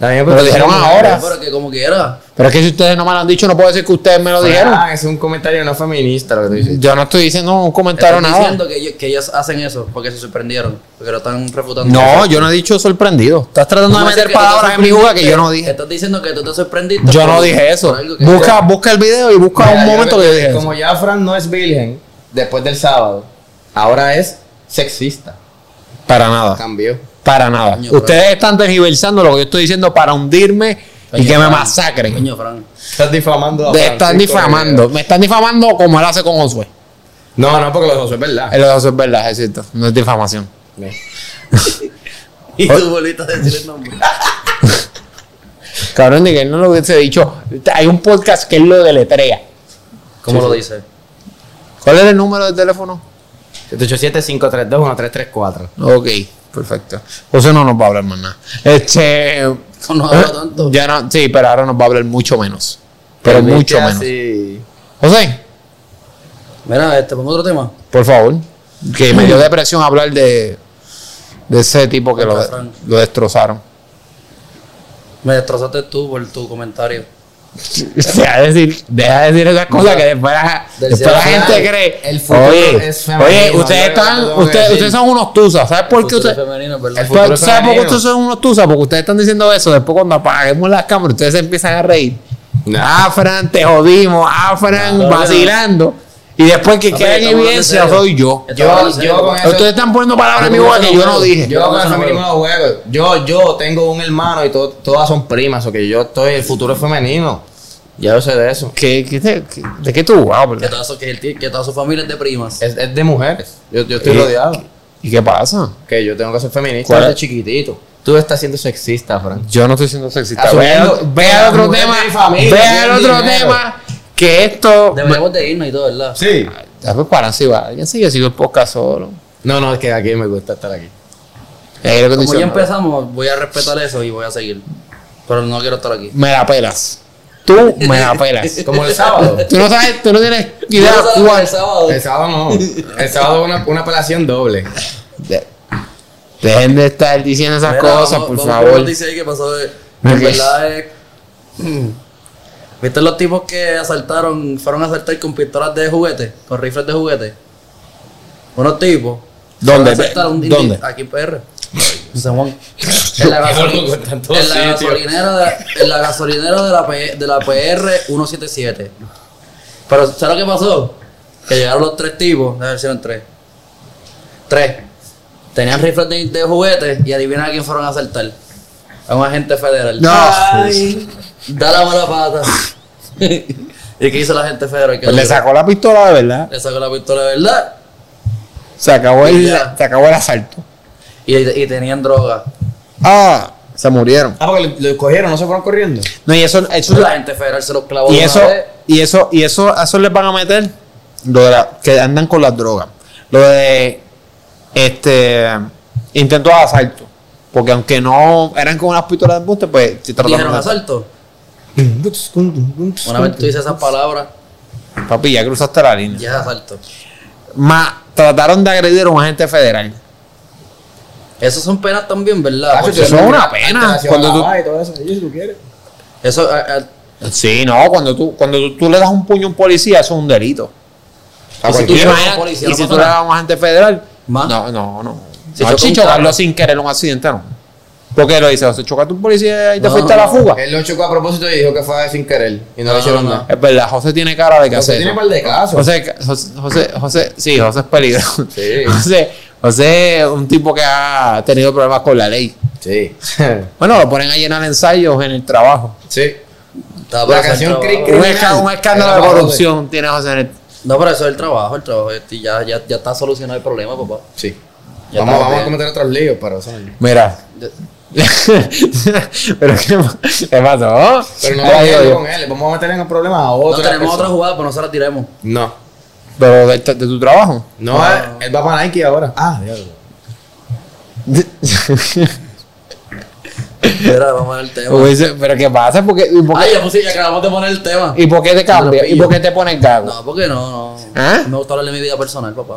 S3: También
S1: Pero dijeron ahora.
S2: Pero que como quiera.
S1: Pero es que si ustedes no me lo han dicho, no puedo decir que ustedes me lo dijeron.
S3: Ah, es un comentario no feminista lo que tú dices.
S1: Yo no estoy diciendo un comentario
S2: Estás
S1: nada.
S2: diciendo que, ellos- que ellas hacen eso porque se sorprendieron. Porque lo están refutando.
S1: No, yo no he dicho sorprendido. Estás tratando de
S2: Vamos a decir
S1: meter
S2: que tú te
S1: palabras en mi boca que yo no
S2: sorprendiste.
S1: dije.
S2: Estás diciendo que tú te sorprendiste.
S1: Yo
S2: por-
S1: no dije eso.
S2: por algo que-
S1: Busca, busca el video y busca
S3: Mira,
S1: un
S3: yo
S1: momento
S3: creo
S1: que yo dije.
S3: Como
S1: eso.
S3: ya Fran no es virgen, después del sábado, ahora es sexista.
S1: Para nada.
S3: Cambió.
S1: Para nada.
S2: Coño,
S1: Ustedes están tergiversando lo que yo estoy diciendo para hundirme y
S2: Coño,
S1: que me
S2: Fran.
S1: masacren.
S2: Coño, Fran.
S3: Estás difamando a
S1: Me están
S3: Francisco
S1: difamando.
S3: Rivera.
S1: Me están difamando como él hace con Josué.
S3: No, no, porque lo de José es verdad.
S1: Él lo hace es verdad, es cierto. No es difamación.
S2: Y tu bolita decir el nombre.
S1: Cabrón, ni que él no lo hubiese dicho. Hay un podcast que él lo deletrea.
S2: ¿Cómo
S3: Sí,
S2: lo
S3: sí.
S2: dice?
S1: ¿Cuál era el número del teléfono?
S3: 787-532-1334.
S1: Ok, perfecto. José no nos va a hablar más nada. Este.
S2: No nos habla tanto.
S1: Ya no, sí, pero ahora nos va a hablar mucho menos. Pero mucho menos. José,
S2: Mira, este, pongo otro tema.
S1: por favor. Que me dio depresión hablar de, de ese tipo que lo,
S2: Alcatraz.
S1: lo destrozaron.
S2: Me destrozaste tú por tu comentario.
S1: O sea, decir, <laughs> deja de decir esas cosas que después, la-
S2: Del
S1: después la
S2: cielo
S1: gente
S2: final,
S1: cree.
S3: el futuro
S1: Oye,
S3: es femenino,
S1: oye,
S3: yo creo
S1: ustedes
S3: que
S1: están,
S3: lo tengo que
S1: ustedes,
S3: decir.
S1: ustedes son unos tuzas. ¿Sabes por qué
S2: Futuro
S1: ustedes?
S2: femenino, ¿verdad?
S3: El futuro es
S1: ¿Sabes por qué
S3: femenino.
S1: ustedes son unos tuzas? Porque ustedes están diciendo eso. Después, cuando apaguemos las cámaras, ustedes se empiezan a reír.
S3: Nah.
S1: Ah, Fran, te jodimos. Ah, Fran,
S2: No, no, no.
S1: vacilando. Y después que
S2: Papi,
S1: quede en
S2: estamos hablando
S1: evidencia
S2: en serio.
S1: soy yo.
S2: Estamos
S3: Yo,
S2: hablando en
S3: yo
S2: serio.
S3: con eso.
S1: Ustedes están poniendo palabras en mi
S3: Yo
S1: boca
S3: con eso
S1: que yo no
S3: juego.
S1: dije.
S3: Yo con
S2: Yo
S3: eso
S2: no
S3: mismo no juego. Yo, yo tengo un hermano y to- todas son primas, o que yo estoy, el futuro es femenino. Ya yo sé de eso.
S1: ¿Qué- qué te- qué- ¿De qué tú Ah, pues, wow,
S2: Que toda su, que el tío- que toda su familia es de primas.
S3: Es, es de mujeres. Yo, yo estoy
S1: Eh,
S3: rodeado.
S1: ¿Y qué pasa?
S3: Que yo tengo que ser feminista
S1: ¿Cuál
S3: desde
S1: es?
S3: chiquitito. Tú estás siendo sexista, Frank.
S1: Yo no estoy siendo sexista. Vea
S3: Asumiendo que
S1: vea
S3: las
S1: el otro
S3: mujeres
S1: tema.
S3: de mi familia
S1: Vea el
S3: tienen
S1: otro
S3: dinero.
S1: tema. Que esto.
S2: Deberíamos de irnos y todo, ¿verdad?
S3: Sí.
S1: Ya pues para si va. Ya sé, yo sigo el podcast solo.
S3: No, no, es que aquí me gusta estar aquí.
S1: Eh, lo que estoy
S2: Como ya
S1: diciendo.
S2: empezamos, voy a respetar eso y voy a seguir. Pero no quiero estar aquí.
S1: Me la pelas. Tú me la pelas.
S3: Como <laughs> el sábado.
S1: Tú no sabes, tú no tienes
S2: Yo
S1: idea
S2: no salgo
S1: cuál.
S2: el sábado.
S3: El sábado no. El sábado una, una apelación doble.
S1: De- Dejen de estar diciendo esas
S2: Mira,
S1: cosas,
S2: vamos-
S1: por
S2: vamos
S1: favor.
S2: con noticia ahí que pasó de-
S1: Ok.
S2: En verdad es. Mm. <clears throat> ¿Viste los tipos que asaltaron, fueron a asaltar con pistolas de juguete, con rifles de juguete? Unos tipos.
S1: ¿Dónde?
S2: Fueron a asaltar a un indi-
S1: ¿Dónde?
S2: Aquí en PR. En San Juan. En la, gasol-
S3: Cabrón, con tantos
S2: en la
S3: sitios.
S2: gasolinera, de, en la gasolinera de la, P- de la PR 177. Pero, ¿sabes lo que pasó? Que llegaron los tres tipos, a ver si eran tres. Tres. Tenían rifles de, de juguetes y adivina a quién fueron a asaltar. A un agente federal.
S1: No.
S2: Ay, da la mala pata. <laughs> ¿Y qué hizo la agente federal? ¿Qué
S1: Pues le
S2: logró?
S1: sacó la pistola de verdad.
S2: Le sacó la pistola de verdad
S1: Se acabó el,
S2: Ya.
S1: se acabó el asalto.
S2: y, y tenían droga.
S1: Ah, se murieron.
S3: Ah, porque lo, lo cogieron, no se fueron corriendo.
S1: No, y eso, eso
S2: La gente federal se los clavó.
S1: y
S2: una
S1: eso,
S2: vez.
S1: y eso, y eso, a eso les van a meter lo de la- que andan con las drogas. Lo de este intento de asalto. Porque aunque no eran con unas pistolas de embuste, pues te trataron
S2: Dijeron
S1: de
S2: asalto. Una vez tú dices esas palabras,
S1: Papi, ya cruzaste la línea.
S2: ya es asalto.
S1: Más trataron de agredir a un agente federal.
S2: Esas son penas también, ¿verdad?
S3: Ah,
S2: Porque
S1: pues, eso es
S3: yo-
S1: una pena.
S3: alteración
S1: Cuando
S3: a la
S1: tú-
S3: paz y todo eso. Oye, si tú quieres.
S2: eso, eh, a- a-
S1: Sí, no, cuando tú, cuando tú, tú le das un puño a un policía, eso es un delito.
S2: Y si tú
S1: Y
S2: le das a
S1: imagina-
S2: un policía,
S1: y
S2: no
S1: si
S2: pasa
S1: tú le das
S2: nada.
S1: a un agente federal,
S2: Más.
S1: no, no, no.
S2: Si
S1: no,
S2: choca un
S1: Chicho,
S2: carro.
S1: Carlos sin querer un accidente, no. Porque lo dice, o sea, chocaste un policía y te
S2: No,
S1: fuiste a la
S2: no.
S1: fuga.
S3: Él lo chocó a propósito y dijo que fue sin querer. Y no,
S2: No,
S3: le hicieron
S2: no.
S3: nada.
S1: Es verdad, José tiene cara de que
S3: José
S1: hace
S3: tiene
S1: eso.
S3: un par de casos.
S1: José, José, José, José- sí, José es peligroso.
S3: Sí.
S1: <laughs> José, José es un tipo que ha tenido problemas con la ley. <laughs>
S3: Sí.
S1: Bueno, lo ponen a llenar ensayos en el trabajo.
S3: sí.
S2: Ah, pero eso es el
S3: canción
S2: trabajo.
S3: Criminal.
S1: Un, esca- un escándalo de
S3: Era José.
S1: corrupción tiene José en el...
S2: No, pero eso es el trabajo, el trabajo. este, Ya, ya, ya está solucionado el problema, papá.
S3: Sí.
S2: Ya estamos
S3: vamos, vamos a
S2: bien.
S3: cometer otros líos, pero eso no.
S1: Mira.
S2: De-
S1: <laughs> Pero qué, pa- qué pasó?
S3: Pero no
S1: Ahora
S3: vamos a
S1: digo
S3: ir
S1: yo,
S3: con él. Vamos a meter en el problema a
S2: No
S3: otro.
S2: tenemos otra jugada, pero no se la tiremos.
S3: No.
S1: Pero de, de tu trabajo.
S3: No, él, él va para Nike ahora. Ah, <laughs> diablo.
S2: Mira, vamos al tema.
S1: Hubiese- pero qué pasa <laughs> porque y por
S2: Ay,
S1: qué,
S2: ya, pues sí, ya acabamos de poner el tema.
S1: y por qué te cambias y por qué te pones gago.
S2: No, porque no, no.
S1: ¿Ah?
S2: Me gusta hablar de mi vida personal, papá.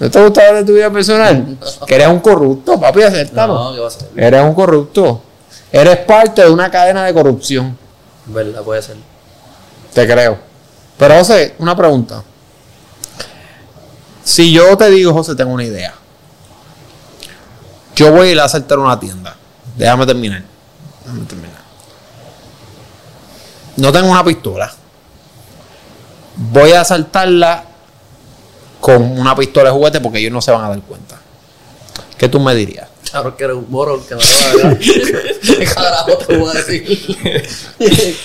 S1: ¿No te gusta hablar de tu vida personal? Que eres un corrupto, papi, acéptalo.
S2: No, ¿qué va a ser?
S1: Eres un corrupto. Eres parte de una cadena de corrupción.
S2: ¿Verdad? Puede ser.
S1: Te creo. Pero José, una pregunta. Si yo te digo, José, tengo una idea. Yo voy a ir a asaltar una tienda. Déjame terminar. Déjame terminar. No tengo una pistola. Voy a asaltarla con una pistola de juguete porque ellos no se van a dar cuenta. ¿Qué tú me dirías?
S2: Claro que eres un moro, que no lo
S1: <laughs>
S2: va a ¿Qué <laughs> carajo te voy
S1: <laughs>
S2: a decir?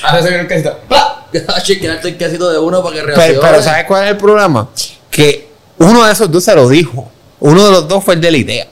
S3: Ahora se vieron que está.
S2: <laughs> A chequearte el quesito de uno para que reaccione.
S1: Pero, pero ¿sabes cuál es el problema? Que uno de esos dos se lo dijo. Uno de los dos fue el de la idea.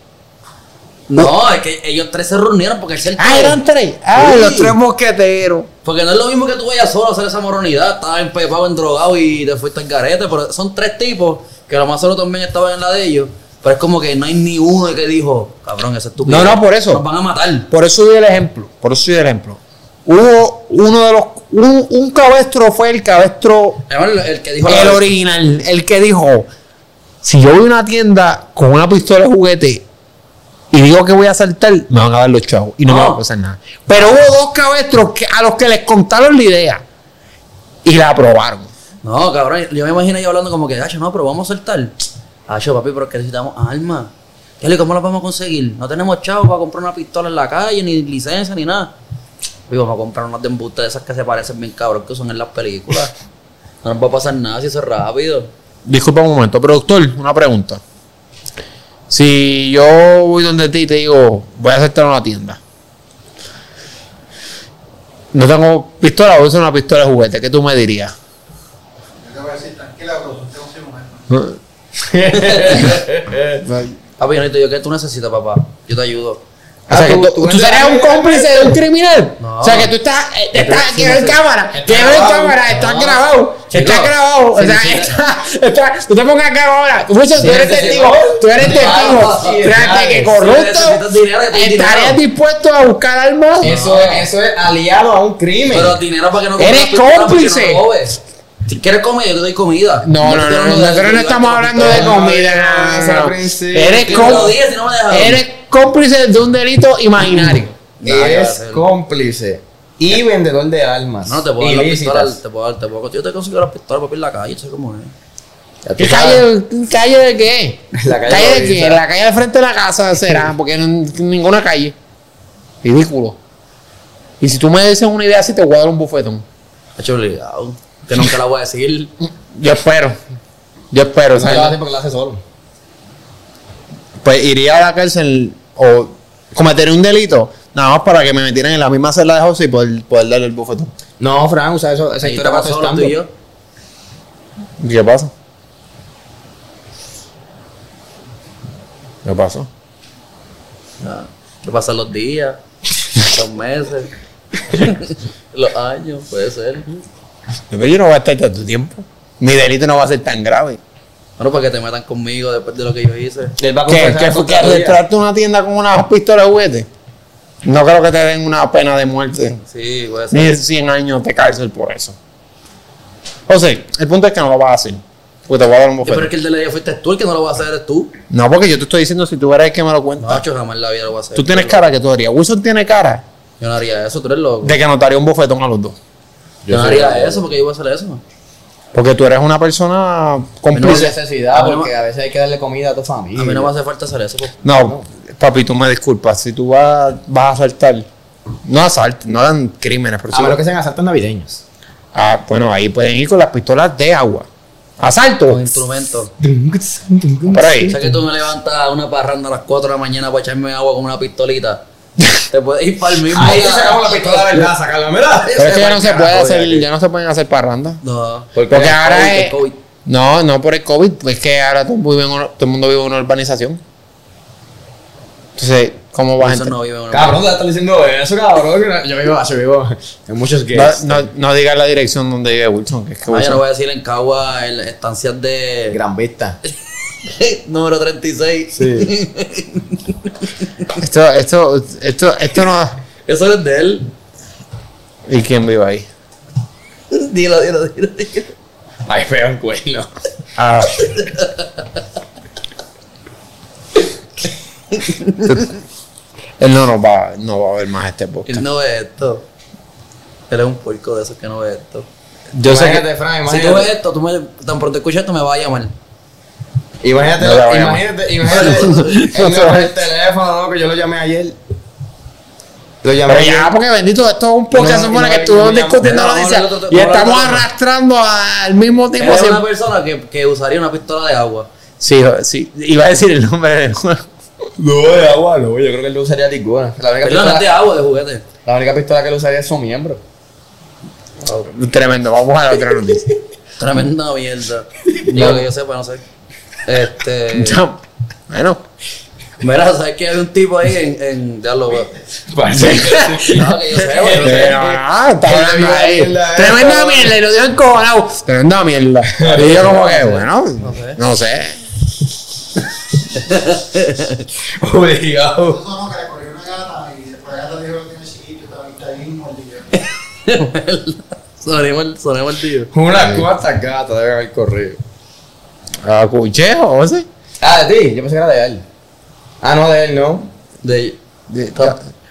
S2: No, es que ellos tres se reunieron porque es el
S1: Ah, eran tres. Ah,
S2: Sí.
S1: los tres mosqueteros.
S2: Porque no es lo mismo que tú vayas solo a hacer esa moronidad. Estabas empepado, endrogado y te fuiste al carete. Pero son tres tipos que lo más solo también estaban en la de ellos. Pero es como que no hay ni uno que dijo, cabrón, ese es tu
S1: No, no, por eso.
S2: Nos van a matar.
S1: Por eso doy el ejemplo. Por eso doy el ejemplo. Hubo uno de los. Un, un cabestro fue el cabestro.
S2: Además, el- el que dijo la
S1: El original. El que dijo: Si yo voy a una tienda con una pistola de juguete y digo que voy a saltar, me van a dar los chavos y no, me
S2: No.
S1: va a pasar nada. Pero hubo dos cabestros que- a los que les contaron la idea y la aprobaron.
S2: No, cabrón, yo me imagino yo hablando como que, Hacho, no, pero vamos a saltar. Hacho, papi, pero es que necesitamos armas. Kelly, ¿cómo las vamos a conseguir? No tenemos chavos para comprar una pistola en la calle, ni licencia, ni nada. Y vamos a comprar unas de embuste de esas que se parecen bien cabrón que son en las películas. No nos va a pasar nada si eso es rápido.
S1: Disculpa un momento, productor, una pregunta. Si yo voy donde ti y te digo, voy a aceptar una tienda. No tengo pistola, voy a usar una pistola de juguete. ¿Qué tú me dirías?
S4: Yo te voy a decir, tranquila, bro, usted es un ser humano.
S2: Papi, yo necesito yo, ¿qué tú necesitas, papá? Yo te ayudo.
S1: O
S3: Ah,
S2: Ah,
S1: sea, que tú, tú serías un cómplice de un criminal.
S2: No.
S1: O sea, que tú estás, eh, estás
S2: Pero
S1: aquí
S2: sí,
S1: en
S2: sí.
S1: cámara, que
S3: Está
S1: en
S3: grabado.
S1: cámara, estás
S2: No.
S1: grabado, estás
S2: Chico,
S1: grabado. O
S2: sí,
S1: sea,
S2: sí.
S1: está, está, tú te pongas acá ahora. Mucho, tú eres
S2: sí, sí.
S1: testigo, tú eres testigo.
S2: sí,
S1: Fíjate
S2: sí,
S1: que
S2: sí,
S1: corrupto.
S2: necesitas dinero, yo te doy
S1: Estarías
S2: dinero.
S1: dispuesto a buscar armas.
S3: Eso, es- eso es aliado a un crimen.
S2: Pero dinero para que no
S1: Eres
S2: compres pistola, porque
S1: cómplice.
S2: no robes. si quieres comida, yo te doy comida.
S1: No, no,
S2: te estoy
S1: no,
S2: hablando de-
S1: nosotros no estamos hablando de
S3: no,
S1: comida.
S3: no,
S1: no,
S3: al
S1: no.
S3: principio.
S1: Eres
S2: Te lo
S1: cómplice.
S2: dije, si no me dejas.
S1: Eres cómplice de un delito imaginario.
S2: Nah, ya va a
S3: Eres
S2: ser.
S3: cómplice y vendedor de armas.
S2: No, te puedo dar la pistola,
S3: ilícitas.
S2: te puedo dar, te puedo Yo te consigo la pistola, papi, en la calle, sé cómo es.
S3: Ya tú
S1: ¿Qué
S3: sabes.
S1: calle, qué calle de qué?
S3: La calle
S1: de
S3: Loiza.
S1: qué? La calle al frente de la casa será, porque no en ninguna calle. Ridículo. Y si tú me dices una idea, si te voy a dar un bufetón.
S2: Hecho obligado. Que nunca la
S1: <laughs>
S2: voy a decir.
S1: Yo espero. Yo espero.
S3: No te
S1: ¿sabes?
S3: lo hace porque lo hace solo.
S1: Pues iría a la cárcel o cometería un delito, nada más para que me metieran en la misma celda de José y poder, poder darle el bufetón.
S3: No, Fran, usa eso, esa
S2: Ahí
S3: historia para
S2: estamos
S3: tu
S2: solos tú y yo.
S3: stand
S1: ¿Y qué pasa? ¿Qué pasó?
S2: Ah, Que pasan los días, <laughs> los meses, <laughs> los años, puede ser.
S1: Pero yo no voy a estar tanto tiempo. Mi delito no va a ser tan grave.
S2: Bueno, para que te metan conmigo después de lo que yo hice.
S3: Él va a
S1: ¿Qué,
S3: confesar
S1: qué
S3: a
S1: fue
S3: su
S1: que
S3: teoría.
S1: arrastraste una tienda con una pistola de juguete? No creo que te den una pena de muerte.
S2: Sí, puede ser.
S1: Ni 100 años de cárcel por eso. José, el punto es que no lo vas a hacer. Porque te voy a dar un
S2: Sí, pero es
S1: bofetón.
S2: que el de la día fuiste tú, el que no lo vas a hacer eres tú.
S1: No, porque yo te estoy diciendo si tú eres el que me lo cuenta.
S2: No, yo jamás en la vida lo voy a hacer.
S1: tú tienes cara que tú harías. Wilson tiene cara
S2: Yo no haría eso, tú eres loco.
S1: de que notaría un bofetón a los dos.
S2: Yo no haría eso porque yo voy a hacer eso.
S1: Porque tú eres una persona
S3: No hay
S1: cómplice.
S3: necesidad,
S2: A mí no
S3: porque
S2: me-
S3: a veces hay que darle comida a tu familia.
S2: A mí no me hace falta hacer eso. pues.
S1: No, papi, tú me disculpas. Si tú vas, vas a asaltar, no asaltes, no hagan crímenes. Pero
S3: A
S1: si-
S3: menos Ah, que sean asaltos navideños.
S1: Ah, bueno, ahí pueden ir con las pistolas de agua. Asalto.
S2: Con instrumentos.
S1: Por ahí.
S2: O sea que tú me levantas a una parranda a las 4 de la mañana para echarme agua con una pistolita. Te puedes ir para el mismo.
S3: Ahí
S2: lado.
S3: sacamos la pistola de verdad, sacala, mira.
S1: Pero es que ya no se puede
S3: Carajo,
S1: hacer,
S3: oye,
S1: ya no se pueden hacer parrandas.
S2: No.
S1: Porque
S2: el
S1: ahora
S2: COVID,
S1: es-
S2: el COVID.
S1: No, no por el COVID, es que ahora todo, vive en una- todo el mundo vive en una urbanización. Entonces, ¿cómo va a
S2: Eso
S1: gente?
S2: no
S1: No,
S2: vive en una
S3: Cabrón, te estás diciendo eso, cabrón. que no- Yo vivo, yo vivo en muchos gays.
S1: no- no digas la dirección donde vive Wilson, que es que
S2: Ah, yo
S1: Wilson-
S2: no voy a decir en Cagua el- estancias de
S3: Gran vista.
S2: <laughs> número 36.
S3: Sí.
S1: esto, esto, esto, esto no.
S2: <laughs> Eso es de él. <laughs>
S1: ¿Y quién vive ahí?
S2: Dilo, dilo, dilo. dilo.
S3: Ay, feo en cuerno.
S1: Ah. <laughs> Él no nos va, no va a ver más este podcast.
S2: Él no ve esto. Él es un puerco de esos que no ve esto.
S1: Yo sé que-
S3: Imagínate, Fran,
S2: Si tú ves
S3: imagínate.
S2: esto, tú me, tan pronto escuchas esto, me vas a llamar.
S3: Imagínate,
S1: No la voy a
S3: imagínate, <laughs> imagínate.
S1: No
S3: Él me
S1: se va a-
S3: pone el teléfono, ¿no? que yo lo llamé ayer. Lo llamé
S1: Pero
S3: ayer.
S1: ya, porque bendito, esto es un podcast
S3: No,
S1: supone
S3: no,
S1: que
S3: no,
S1: estuvimos
S3: no, no,
S1: discutiendo
S2: no,
S1: la
S2: no,
S1: noticia
S2: no, no, no,
S1: y
S2: no,
S1: estamos
S2: no, no, no.
S1: arrastrando al mismo
S2: Él
S1: tiempo.
S2: es una
S1: siempre.
S2: persona que, que usaría una pistola de agua.
S1: Sí, sí, iba a decir el nombre del juego.
S3: No, de agua, no. Yo creo que él lo usaría ninguna. La única,
S2: Pero no es de
S3: pistola,
S2: agua, de juguete.
S3: la única pistola que él usaría es su miembro.
S1: Tremendo, vamos a la otra
S2: <laughs>
S1: noticia.
S2: Tremenda mierda. Digo que yo sepa, no sé. Este.
S1: <laughs> Ya, bueno,
S2: Mira, ¿sabes que hay un tipo ahí en. en ya lo veo.
S3: <laughs>
S2: No, que yo sepa. yo no sé.
S1: pero, ah, está
S3: Él
S1: hablando
S3: dijo
S1: ahí.
S3: mierda, eh.
S1: Tremenda mierda, y lo dio en cojonado. Tremenda mierda. Y yo, como que, bueno,
S2: sé.
S1: no sé.
S3: Eh, Obligado.
S4: Eso no, que le corrió una gata y después la gata dijo que tiene chiquito y estaba está bien mordida.
S2: Sonemos el- sonemos el tío.
S3: Unas cuantas gatas deben haber corrido.
S1: ¿Acuchejo, Ah, José?
S3: Ah, de ti. Yo pensé que era de él. Ah, no, de él, no.
S2: De, de,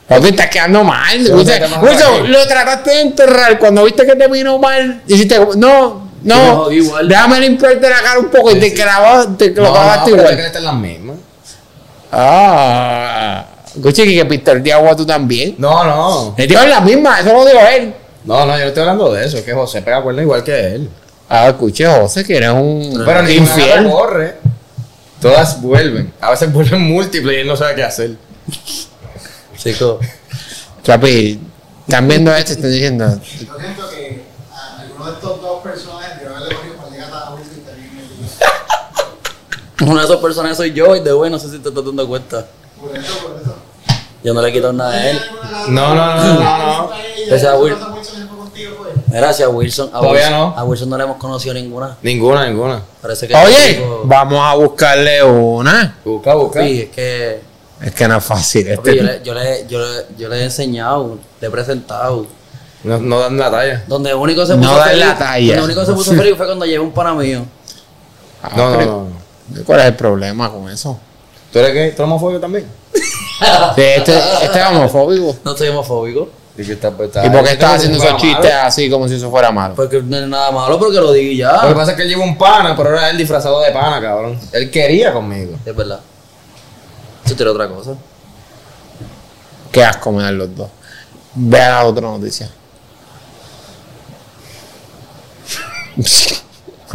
S1: Papi, estás quedando mal.
S3: Yo no sé
S1: Wilson,
S3: qué más
S1: Wilson,
S3: hablar.
S1: lo trataste de enterrar. Cuando viste que te vino mal, dijiste, no,
S2: me
S1: no,
S2: jodí igual.
S1: déjame limpiarte la cara un poco y te clavas, te lo
S3: no,
S1: clavaste
S3: pero yo creo que
S1: igual.
S3: están las mismas.
S1: Ah, Gucci, que pistola de agua tú también.
S3: No, no.
S1: Le dio la misma, eso lo dijo él.
S3: No, no, yo no estoy hablando de eso. Es que José pega cuerno igual que él.
S1: Ah, escuche, José, que eres un
S3: Pero ninguna gata
S1: infiel.
S3: corre. Todas vuelven. A veces vuelven múltiples y él no sabe qué hacer.
S2: Chico,
S1: Chapi, están viendo esto y están diciendo.
S4: Yo siento que a alguno de estos dos personajes debe haberle cogido para llegar a la última y también el
S2: una de esas personas soy yo y de bueno, no sé si te estás dando cuenta.
S4: Por eso, por eso.
S2: Yo no le quito nada a él.
S3: No, no, no, no, no.
S2: Esa
S4: Esa
S2: Will.
S4: pues.
S2: Gracias, Wilson. A
S3: Todavía
S2: Wilson,
S3: no.
S2: A Wilson no le hemos conocido ninguna.
S3: Ninguna, ninguna.
S2: Parece que.
S1: Oye,
S2: tipo-
S1: vamos a buscarle una.
S3: Busca, busca.
S2: Sí, es que.
S1: Es que no es fácil.
S2: papi,
S1: Este,
S2: yo, le, yo, le, yo, le, yo le he enseñado, le he presentado.
S3: No, no dan la talla.
S2: Donde único se
S1: No
S2: puso
S1: da
S2: feliz.
S1: la talla.
S2: Donde único se puso
S1: <laughs>
S2: feliz fue cuando llegó un pana mío.
S1: Ah,
S3: No, no,
S1: pero-
S3: no. no.
S1: ¿Cuál es el problema con eso?
S3: ¿Tú eres gay? ¿Tú eres homofóbio también?
S2: Ah.
S1: Sí, este, este es homofóbico.
S2: No soy homofóbico.
S3: ¿Y, que está,
S1: ¿Y por qué
S2: este
S1: estás
S3: está
S1: haciendo esos chistes así como si eso fuera malo?
S2: Porque no es nada malo, porque lo digo y
S3: Ah, Lo que
S2: ya.
S3: pasa es que él lleva un pana, pero era él disfrazado de pana, cabrón. Él quería conmigo.
S2: Es verdad. Eso tiene otra
S1: <laughs>
S2: cosa.
S1: Qué asco me dan los dos. Vean la otra noticia. <laughs>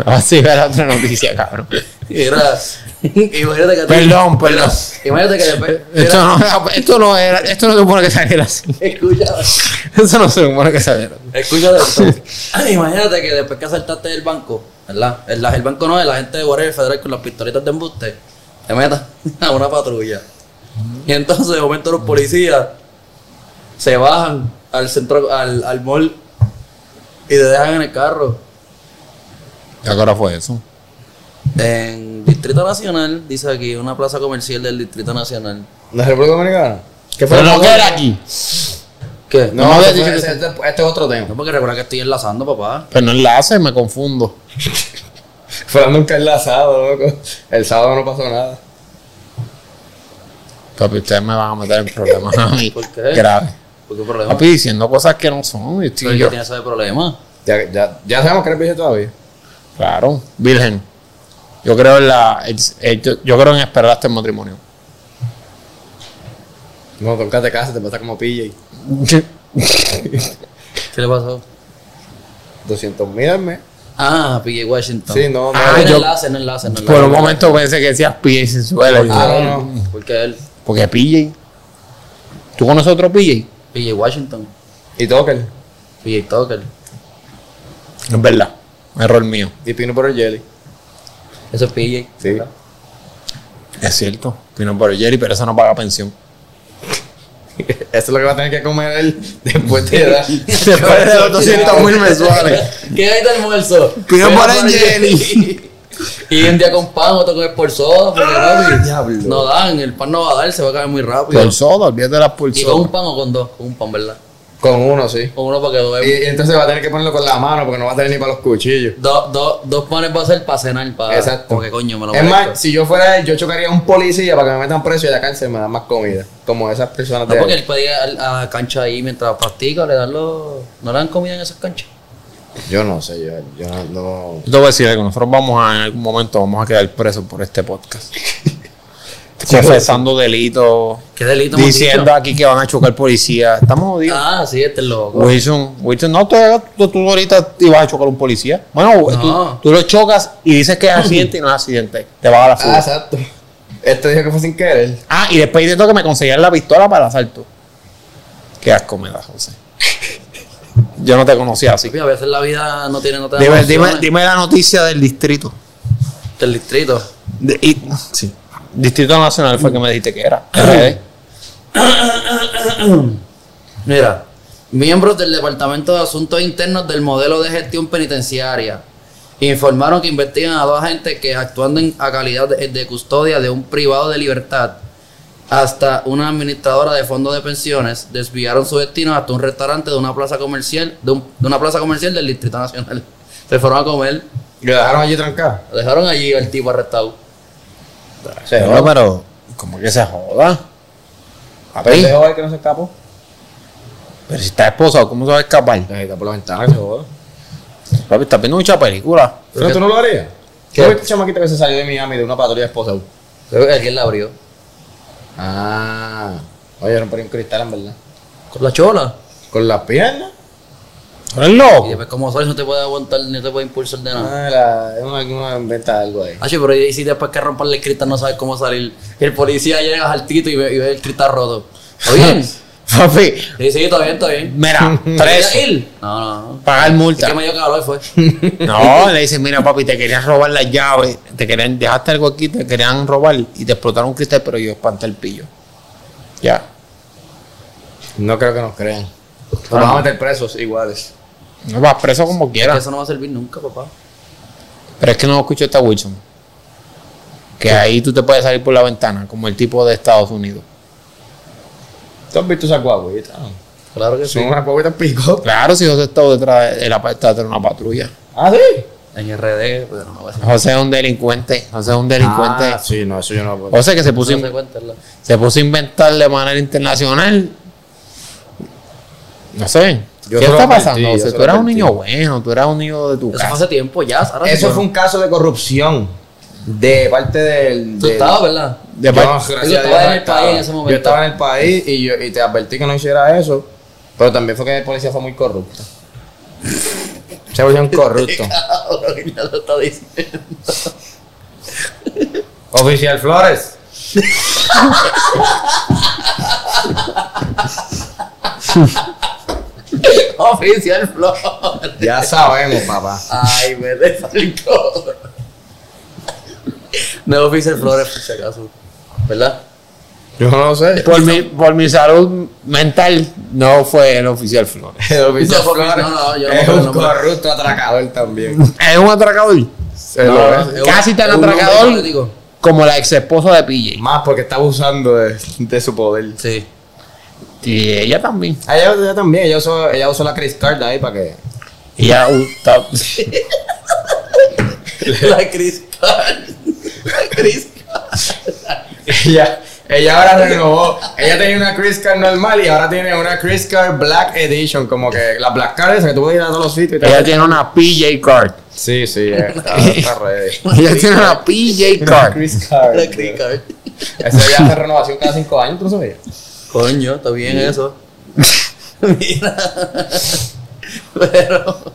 S1: Así ve la otra noticia, cabrón.
S2: Mira, imagínate que a ti-
S1: Perdón, perdón.
S2: Imagínate que después.
S1: Esto
S2: Mira,
S1: no, esto no era, esto no se supone que saliera así.
S2: escucha,
S1: Eso no se supone que saliera.
S2: escucha esto. Ah, imagínate que después que asaltaste el banco, ¿verdad? El, el banco no, la gente de Guardia Federal con las pistolitas de embuste, te metas <laughs> a una patrulla. Y entonces de momento los policías se bajan al centro, al, al mall y te dejan en el carro.
S1: ¿A qué hora fue eso?
S2: En Distrito Nacional, dice aquí, una plaza comercial del Distrito Nacional.
S3: ¿La República Dominicana? ¿Qué
S1: Pero no
S3: lo que
S1: queda aquí.
S2: ¿Qué?
S3: No,
S1: No, había
S3: eso fue-
S1: dicho que
S3: ese- este, este es otro tema.
S2: No, porque recuerda que estoy enlazando, papá.
S1: Pero Pues no enlace, me confundo.
S3: Fue nunca enlazado, loco. El sábado no pasó nada.
S1: Papi, ustedes me van a meter en problemas a mí.
S2: <laughs> ¿Por qué?
S1: Grave.
S2: ¿Por qué problema?
S3: Ah,
S1: Papi, diciendo cosas que no son. y estoy
S2: Pero ¿y
S1: yo-
S2: ¿Qué tiene eso de problema?
S3: Ya, ya, ya sabemos que eres virgen todavía.
S1: Claro, virgen. Yo creo en la, el- el- yo, yo creo en esperar hasta el <laughs> matrimonio.
S3: No, nunca te casas, te pasa como PJ.
S2: ¿Qué le pasó?
S3: 200 mil al mes.
S2: Ah, P.J. Washington.
S3: Sí, no, no.
S1: Ah,
S2: Ah, no
S1: yo-
S2: enlace, no enlace, no enlace.
S1: Por un momento pensé que decías PJ sensual.
S3: Ah,
S1: suelo.
S3: no,
S2: no,
S3: no.
S2: Porque él,
S1: Porque PJ. ¿Tú conoces otro PJ?
S2: P.J. Washington,
S3: Y Toker.
S2: P.J. Tucker.
S1: Es verdad. Error mío.
S3: Y Pino por el Jelly.
S2: Eso es
S3: <laughs>
S2: P.J.
S3: Sí.
S1: Es cierto. Pino por Jerry, pero eso no paga pensión.
S3: Eso es lo que va a tener que comer él después de edad.
S2: <laughs>
S1: Se de los 200 mil mensuales.
S2: ¿Qué hay de almuerzo?
S1: Pino
S2: Pino
S1: por el
S2: Jelly. <laughs> Y un día con pan, otro con el por soda, porque papi,
S3: diablo.
S2: no dan, el pan no va a dar, se va a caer muy rápido.
S1: Por soda, olvídate de las por
S2: ¿Y con un
S1: soda.
S2: pan o con dos? Con un pan, ¿verdad?
S3: <laughs> Con uno, sí.
S2: Con uno para que
S3: Y,
S2: duerma.
S3: y entonces va a tener que ponerlo con la mano porque no va a tener ni para los cuchillos.
S2: Do- do- dos panes va a ser para cenar, para...
S3: Exacto.
S2: Como que coño, me lo
S3: es
S2: merezco.
S3: más, si yo fuera él, yo chocaría a un policía para que me metan preso y a la cárcel me dan más comida. Como esas personas
S2: No,
S3: de
S2: porque
S3: ahí.
S2: él puede ir a a la cancha ahí mientras practica, le dan los... ¿No le dan comida en esas canchas?
S3: Yo no sé, yo, yo no- no.
S1: Yo te voy a decir algo. Nosotros vamos a, en algún momento, vamos a quedar presos por este
S2: <laughs>
S1: podcast. Confesando delitos.
S2: ¿Qué delito hemos
S1: Diciendo
S2: dicho?
S1: aquí que van a chocar policías. Estamos jodidos.
S2: Ah, sí, este es loco.
S1: Wilson, Wilson, no, tú, tú, tú ahorita ibas a chocar a un policía. Bueno,
S2: No.
S1: tú, tú lo chocas y dices
S2: <laughs>
S1: que es accidente y no es accidente. Te vas a la
S3: Ah,
S1: fuga.
S3: exacto. Este dijo que fue sin querer.
S1: Ah, y después diciendo que me conseguían la pistola para el asalto. Qué asco me da,
S2: <laughs>
S1: José. Yo no te conocía así.
S2: Papi, a veces la vida no tiene... No te da
S1: Dime, dime-
S2: opciones.
S1: dime la noticia del distrito.
S2: Del distrito.
S1: De- y- sí. Distrito Nacional fue que me dijiste que era. RD.
S2: Mira, miembros del Departamento de Asuntos Internos del Modelo de Gestión Penitenciaria informaron que investigan a dos agentes que actuando en, a calidad de, de custodia de un privado de libertad hasta una administradora de fondos de pensiones desviaron su destino hasta un restaurante de una plaza comercial de, un- de una plaza comercial del Distrito Nacional. <laughs> Se fueron a comer,
S3: Y lo dejaron allí trancado.
S2: lo dejaron allí al tipo arrestado.
S3: Se
S1: Pero, pero, como que se joda. Papi,
S3: Pendejo el que no se escapó.
S1: pero si está esposado, ¿cómo se va a escapar?
S3: Se está por la ventana, se joda.
S1: Papi, está viendo mucha película.
S3: Pero
S2: ¿Qué?
S3: tú no lo harías.
S2: ¿Qué?
S3: ¿Qué fue este chamaquito que se salió de Miami de una patrulla de esposa?
S2: Alguien la abrió.
S3: Ah. Oye, rompieron un cristal en verdad.
S2: Con la chola.
S3: Con las piernas.
S1: Tú eres
S2: Y
S1: loco.
S2: después, como sales, no te puede aguantar ni te puede impulsar de nada.
S3: Ah, la- es una, una inventa algo ahí.
S2: Ah, sí, pero y si después que rompan el cristal no sabes cómo salir. Y el policía llega al tito y ve, y ve el cristal roto. ¿Está bien?
S1: Papi,
S2: Sí, sí, está bien, está bien.
S1: <laughs> mira,
S2: <laughs> ¿Tres?
S1: preso.
S2: No, no, no.
S1: Pagar
S2: Es que
S1: multa.
S2: me dio calor <laughs> fue.
S1: No, le dicen, mira, papi, te querían robar las llaves. Te querían, dejaste algo aquí, te querían robar y te explotaron un cristal, pero yo espanté el pillo. Ya.
S3: No creo que nos crean. Nos van a meter presos iguales.
S1: No vas preso como
S2: Es que
S1: quieras.
S2: eso no va a servir nunca, papá.
S1: Pero es que no escucho esta Wilson. Que ahí tú te puedes salir por la ventana, como el tipo de Estados Unidos.
S3: ¿Tú has visto esa guagüita?
S2: Claro que sí.
S3: Son unas guagüitas pico.
S1: Claro, si José está detrás de, la, está detrás de una patrulla.
S3: ¿Ah, sí?
S2: En RD, pero no va a ser.
S1: José es un delincuente. José es un delincuente.
S3: Ah, sí, no, eso yo no lo puedo.
S1: José que se puso,
S2: No
S1: in-
S2: se cuenta, ¿verdad?
S1: se puso a inventar de manera internacional. No sé.
S3: Yo
S1: ¿Qué
S3: se lo
S1: está
S3: advertí,
S1: pasando?
S3: yo
S1: José?
S3: se
S1: tú
S3: lo
S1: eras un
S3: advertí.
S1: niño bueno, tú eras un niño de tu
S2: Eso fue
S1: casa.
S2: hace tiempo ya. Ahora
S3: Eso fue un caso de corrupción de parte del.
S2: Tú
S3: del-
S2: estabas, ¿verdad? <laughs>
S1: De
S3: Yo,
S1: par-
S3: gracias
S2: Yo
S3: a Dios,
S2: estaba en
S3: no
S2: el país en ese momento.
S3: Yo estaba en el país y, yo, y te advertí que no hiciera eso, pero también fue que el policía fue muy corrupto. <laughs> Se volvió un corrupto.
S2: ya lo está diciendo.
S3: <laughs>
S2: <laughs>
S3: Oficial Flores.
S2: Oficial Flor.
S3: Ya sabemos, papá.
S2: Ay, me desfalcó. No oficial Flores, por si acaso. ¿Verdad?
S3: Yo no lo sé.
S1: por, mi, por mi salud mental, no fue el oficial Flores.
S3: <laughs> El oficial
S2: No,
S3: Flores
S2: no, no, yo no me
S3: es
S2: acuerdo el
S3: un
S2: nombre.
S3: corrupto atracador también. <laughs>
S1: Es un atracador.
S3: Se
S2: No,
S3: lo
S2: no,
S3: es.
S2: es un-
S1: Casi tan
S2: es un hombre
S1: atracador.
S2: político.
S1: Como la ex esposa de PJ.
S3: Más porque está abusando de, de su poder. Ah,
S2: Sí.
S1: Y ella también.
S3: Ella, ella también, ella usó, ella usó la Chris Card ahí para que.
S1: Ella usa-
S2: La Chris Carr. La Chris Carr.
S3: <laughs> Ella, ella ahora renovó. Ella tenía una Chris Card normal y ahora tiene una Chris Card Black Edition. Como que la Black Card esa que tú puedes ir a todos los sitios y
S1: ella
S3: te.
S1: tiene una PJ card.
S3: Sí, sí, eh, está, está ready.
S1: Ella tiene <laughs> una PJ card.
S3: Chris Card.
S2: La Chris Carr.
S3: Eso ya hace renovación cada cinco años, ¿tú no sabías?
S2: Coño, está bien eso. <laughs> Mira. Pero.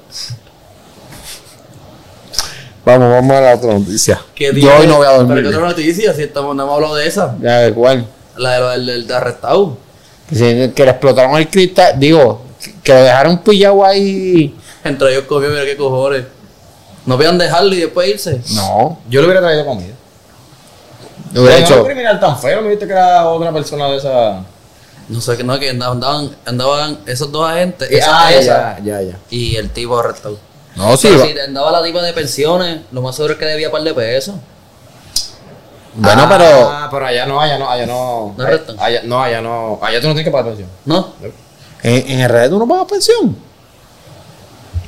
S1: Vamos, vamos a la otra noticia.
S2: ¿qué
S1: Yo hoy
S2: tiene?
S1: no voy a
S2: Pero qué otra
S1: dormir.
S2: noticia, si estamos, no hemos hablado de esa.
S1: Ya de cuál.
S2: La de lo del, del arrestado.
S1: Que que le explotaron el cristal. Digo, que- que lo dejaron pillado ahí.
S2: Entre ellos comió, mira qué cojones. No vean dejarlo y después irse.
S1: No.
S3: Yo le hubiera traído comida.
S1: Lo hubiera
S3: Pero no
S1: hecho.
S3: un criminal tan feo, me viste que era otra persona de esa.
S2: No sé, que no, que andaban, andaban, andaban esos dos agentes.
S3: Ah,
S2: Esa, esa.
S3: ya, ya, ya.
S2: Y el tipo arrestado.
S1: No, Oh, sí.
S2: Pero
S1: va-
S2: si andaba la tipa de pensiones, lo más seguro es que debía par de pesos.
S1: Bueno, pero.
S3: Ah, pero allá no, allá no, allá no.
S2: ¿No restan?
S3: Allá, no, allá no. Allá tú no tienes que pagar pensión.
S2: ¿No?
S1: En, en RD tú no pagas pensión.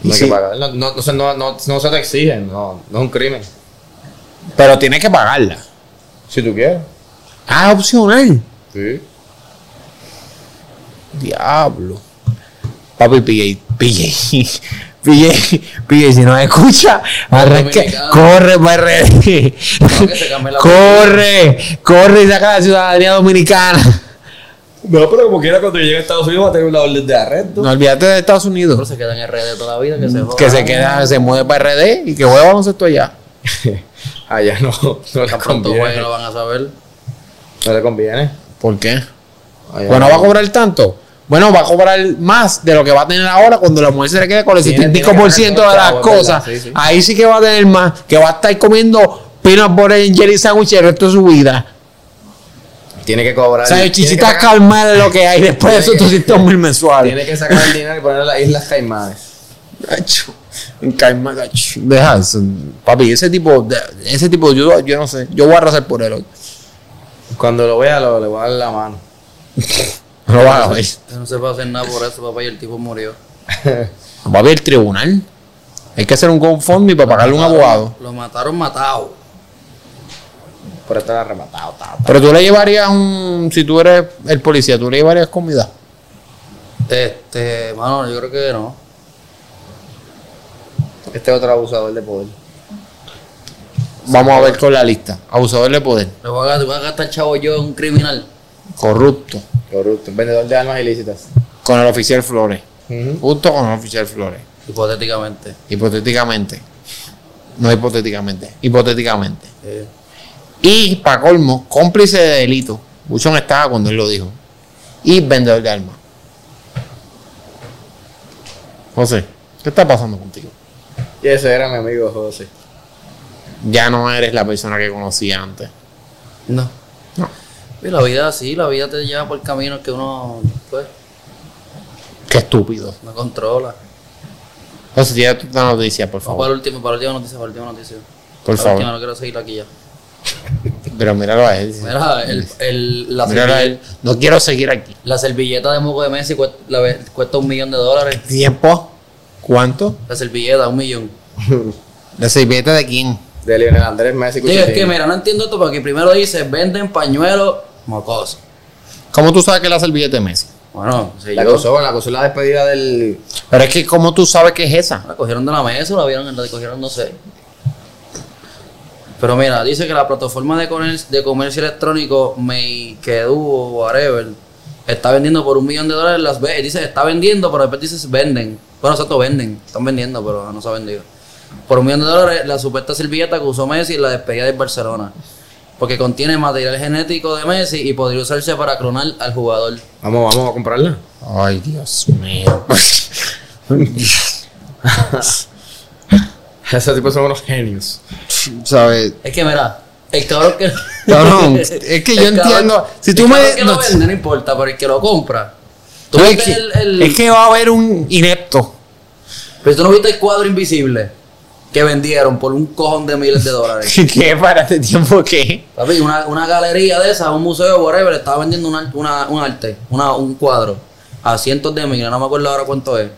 S1: Y
S3: No hay
S1: sí,
S3: que pagar. No, no, no, se- no, no, no se te exigen, no, no es un crimen.
S1: pero tienes que pagarla.
S3: Si tú quieres.
S1: Ah, es opcional.
S3: Sí.
S1: Diablo. Papi, PJ, <laughs> PJ, PJ, PJ, si nos escucha, arranca,
S2: Dominicano.
S1: corre, barre.
S2: No,
S1: <laughs>
S2: que se cambie la-
S1: corre, corre y saca la ciudadanía
S2: <laughs>
S1: dominicana.
S3: No, pero como quiera, cuando llegue a Estados Unidos va a tener una orden de arresto.
S1: No olvídate de Estados
S2: Pero
S1: Unidos,
S2: se quedan en RD toda la vida, que se jodan.
S1: Mm, que se queda, se mueve para RD y que juega baloncesto allá.
S3: Allá Ah, no, no le
S2: Pronto juegue,
S3: conviene.
S2: lo van a saber.
S3: No le conviene.
S1: ¿Por qué?
S3: Allá
S1: Bueno,
S3: no.
S1: Pues va a cobrar tanto. Bueno, va a cobrar más de lo que va a tener ahora cuando la mujer se le quede con el
S3: Tiene- tiene que
S1: 75% de las
S3: ganar chavo, es verdad,
S1: cosas.
S3: sí, sí.
S1: Ahí sí que va a tener más, que va a estar comiendo peanut butter and jelly sandwich el resto de su vida.
S3: Tiene que cobrar.
S1: O sea, el
S3: tiene que
S1: chichita
S3: sacar-
S1: calma de lo que hay después de esos 200 mil mensuales.
S3: Tiene que sacar el dinero y ponerlo en las Islas Caimanes.
S1: Gacho, en calma, gacho. Deja eso. Papi, ese tipo, de- ese tipo, yo, yo no sé. Yo voy a arrasar por él hoy.
S3: Cuando lo vea, lo, le voy a dar la mano.
S1: No vas a ver.
S2: No se puede hacer nada por eso, papá, y el tipo murió.
S1: Va a ver el tribunal. Hay que hacer un GoFundMe para pagarle un abogado.
S2: Lo mataron matado.
S3: Por estar arrematado, ta, ta.
S1: Pero tú le llevarías un. Si tú eres el policía, tú le llevarías comida.
S2: Este, mano, yo creo que no.
S3: Este es otro abusador de poder.
S1: Vamos a ver con la lista. Abusador de poder.
S2: Le voy a, gastar- voy a gastar chavo yo en un criminal.
S1: Corrupto.
S3: Corrupto. Vendedor de armas ilícitas.
S1: Con el oficial Flores. Justo con Oficial Flores.
S2: hipotéticamente.
S1: Hipotéticamente. No hipotéticamente. Hipotéticamente.
S2: Eh,
S1: Y, para colmo, cómplice de delito. Buchón estaba cuando él lo dijo. Y vendedor de armas. José, ¿qué está pasando contigo?
S3: Y ese era mi amigo José.
S1: Ya no eres la persona que conocía antes.
S2: no.
S1: No.
S2: Y la vida sí, la vida te lleva por caminos que uno pues
S1: Qué estúpido.
S2: no controla.
S1: José, tira tu noticia, por
S2: Vamos para
S1: favor.
S2: el último, para la última noticia, para la última noticia.
S1: Por
S2: La
S1: favor.
S2: última, no quiero seguir aquí ya.
S1: Pero míralo a él.
S2: Mira, el, el, la,
S1: Míralo a
S2: servilleta,
S1: él. No quiero seguir aquí.
S2: la servilleta de moco de Messi cuesta, la ve- cuesta un millón de dólares.
S1: ¿Tiempo? ¿Cuánto?
S2: La servilleta, un millón.
S1: La servilleta de quién.
S3: De Lionel Andrés Messi.
S2: Digo, es
S3: Cuchitín.
S2: que mira, no entiendo esto porque primero dice venden pañuelos mocosos.
S1: ¿Cómo tú sabes que es la servilleta de Messi?
S2: Bueno, no sé
S3: La
S2: yo.
S3: acusó, la acusó en la despedida del.
S1: Pero es que, ¿cómo tú sabes que es esa?
S2: La cogieron de la mesa, la vieron, la cogieron, no sé. Pero mira, dice que la plataforma de, comer- de comercio electrónico Makedu o whatever está vendiendo por un millón de dólares las veces. Dice está vendiendo, pero después dices venden. Bueno, exacto, venden. Están vendiendo, pero no se ha vendido. Por un millón de dólares la supuesta servilleta que usó Messi en la despedida del Barcelona. Porque contiene material genético de Messi y podría usarse para clonar al jugador.
S3: Vamos, vamos a <laughs> comprarla.
S1: Ay, Dios mío. <laughs>
S3: Ese tipo son unos genios.
S1: ¿Sabes?
S2: Es que mira, el cabrón que.
S1: <laughs> Cabrón, es que yo entiendo, si tú
S2: el
S1: me-
S2: cabrón que lo
S1: no-
S2: vende, no importa, pero el que lo compra. Tú
S1: No, es,
S2: viste
S1: que,
S2: el, el-
S1: es que va a haber un inepto. <laughs>
S2: Pero tú no viste el cuadro invisible que vendieron por un cojón de miles de
S1: <laughs>
S2: dólares.
S1: ¿Qué para este tiempo qué?
S2: Papi, una, una galería de esas, un museo, whatever, estaba vendiendo una, una- un arte, una, un cuadro, a cientos de miles, no me acuerdo ahora cuánto es.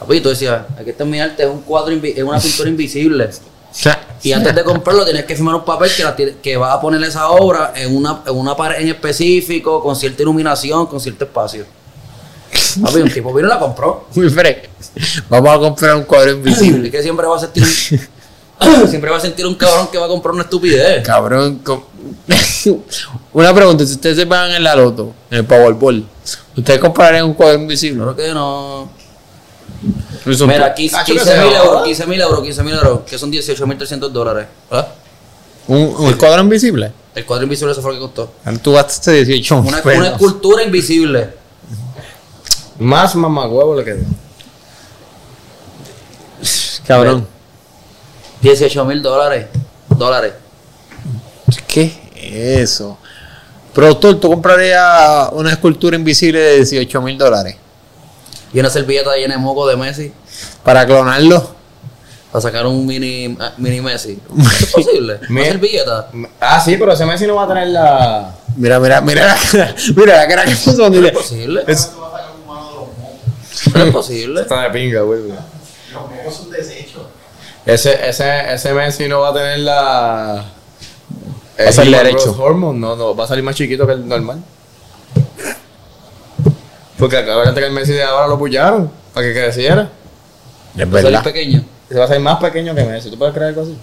S2: Papi, tú decías, aquí está mi arte, es un cuadro, invi- es una pintura invisible.
S1: O sea,
S2: Y antes de comprarlo tenías que firmar un papel que, la tiene- que vas a poner esa obra en una, en una pared en específico, con cierta iluminación, con cierto espacio. Papi, un tipo vino y la compró.
S1: <laughs> muy fresco. Vamos a comprar un cuadro invisible.
S2: Es que siempre va a sentir un, <coughs> siempre va a sentir un cabrón que va a comprar una estupidez.
S1: Cabrón. com- <laughs> Una pregunta, si ustedes se pagan en la loto, en el Powerball, ¿ustedes comprarían un cuadro invisible?
S2: Creo que no.
S1: Eso-
S2: Mira, 15
S3: Ah, yo
S2: 15.000
S3: qué sé, ¿no?
S2: euros, 15 mil euros, 15 mil euros, que son 18.300 dólares. ¿verdad?
S1: ¿Un, un cuadro invisible?
S2: El cuadro invisible eso fue lo que costó.
S1: Ahora Tú gastaste 18
S2: Una,
S1: pesos.
S2: una escultura invisible.
S3: Más mamagüevo le quedó.
S1: Cabrón.
S2: 18 mil dólares. Dólares.
S1: ¿Qué es eso? Productor, ¿tú comprarías una escultura invisible de 18 mil dólares?
S2: Y una servilleta llena de moco de Messi.
S1: ¿Para clonarlo?
S2: Para sacar un mini, ah, mini Messi. ¿Es posible? ¿Una
S3: Me-
S2: servilleta?
S3: Ah, sí, pero ese Messi no va a tener la.
S1: Mira, mira, mira <laughs> la cara, mira la cara que puso cuando le-
S2: ¿Es posible?
S1: Es-
S4: Tú vas a sacar un humano de los mocos.
S2: ¿No es
S3: <laughs>
S2: posible?
S3: Está de pinga, güey.
S4: Los mocos son desechos.
S3: Ese, ese, ese Messi no va a tener la.
S1: a salir
S3: human
S1: derecho.
S3: growth hormone, no, no, va a salir más chiquito que el normal. Porque acuérdate que el Messi de ahora lo pullaron para que creciera.
S1: Es
S2: Va a salir
S1: verdad.
S2: pequeño.
S3: Se va a salir más pequeño que Messi. ¿Tú puedes creer algo así?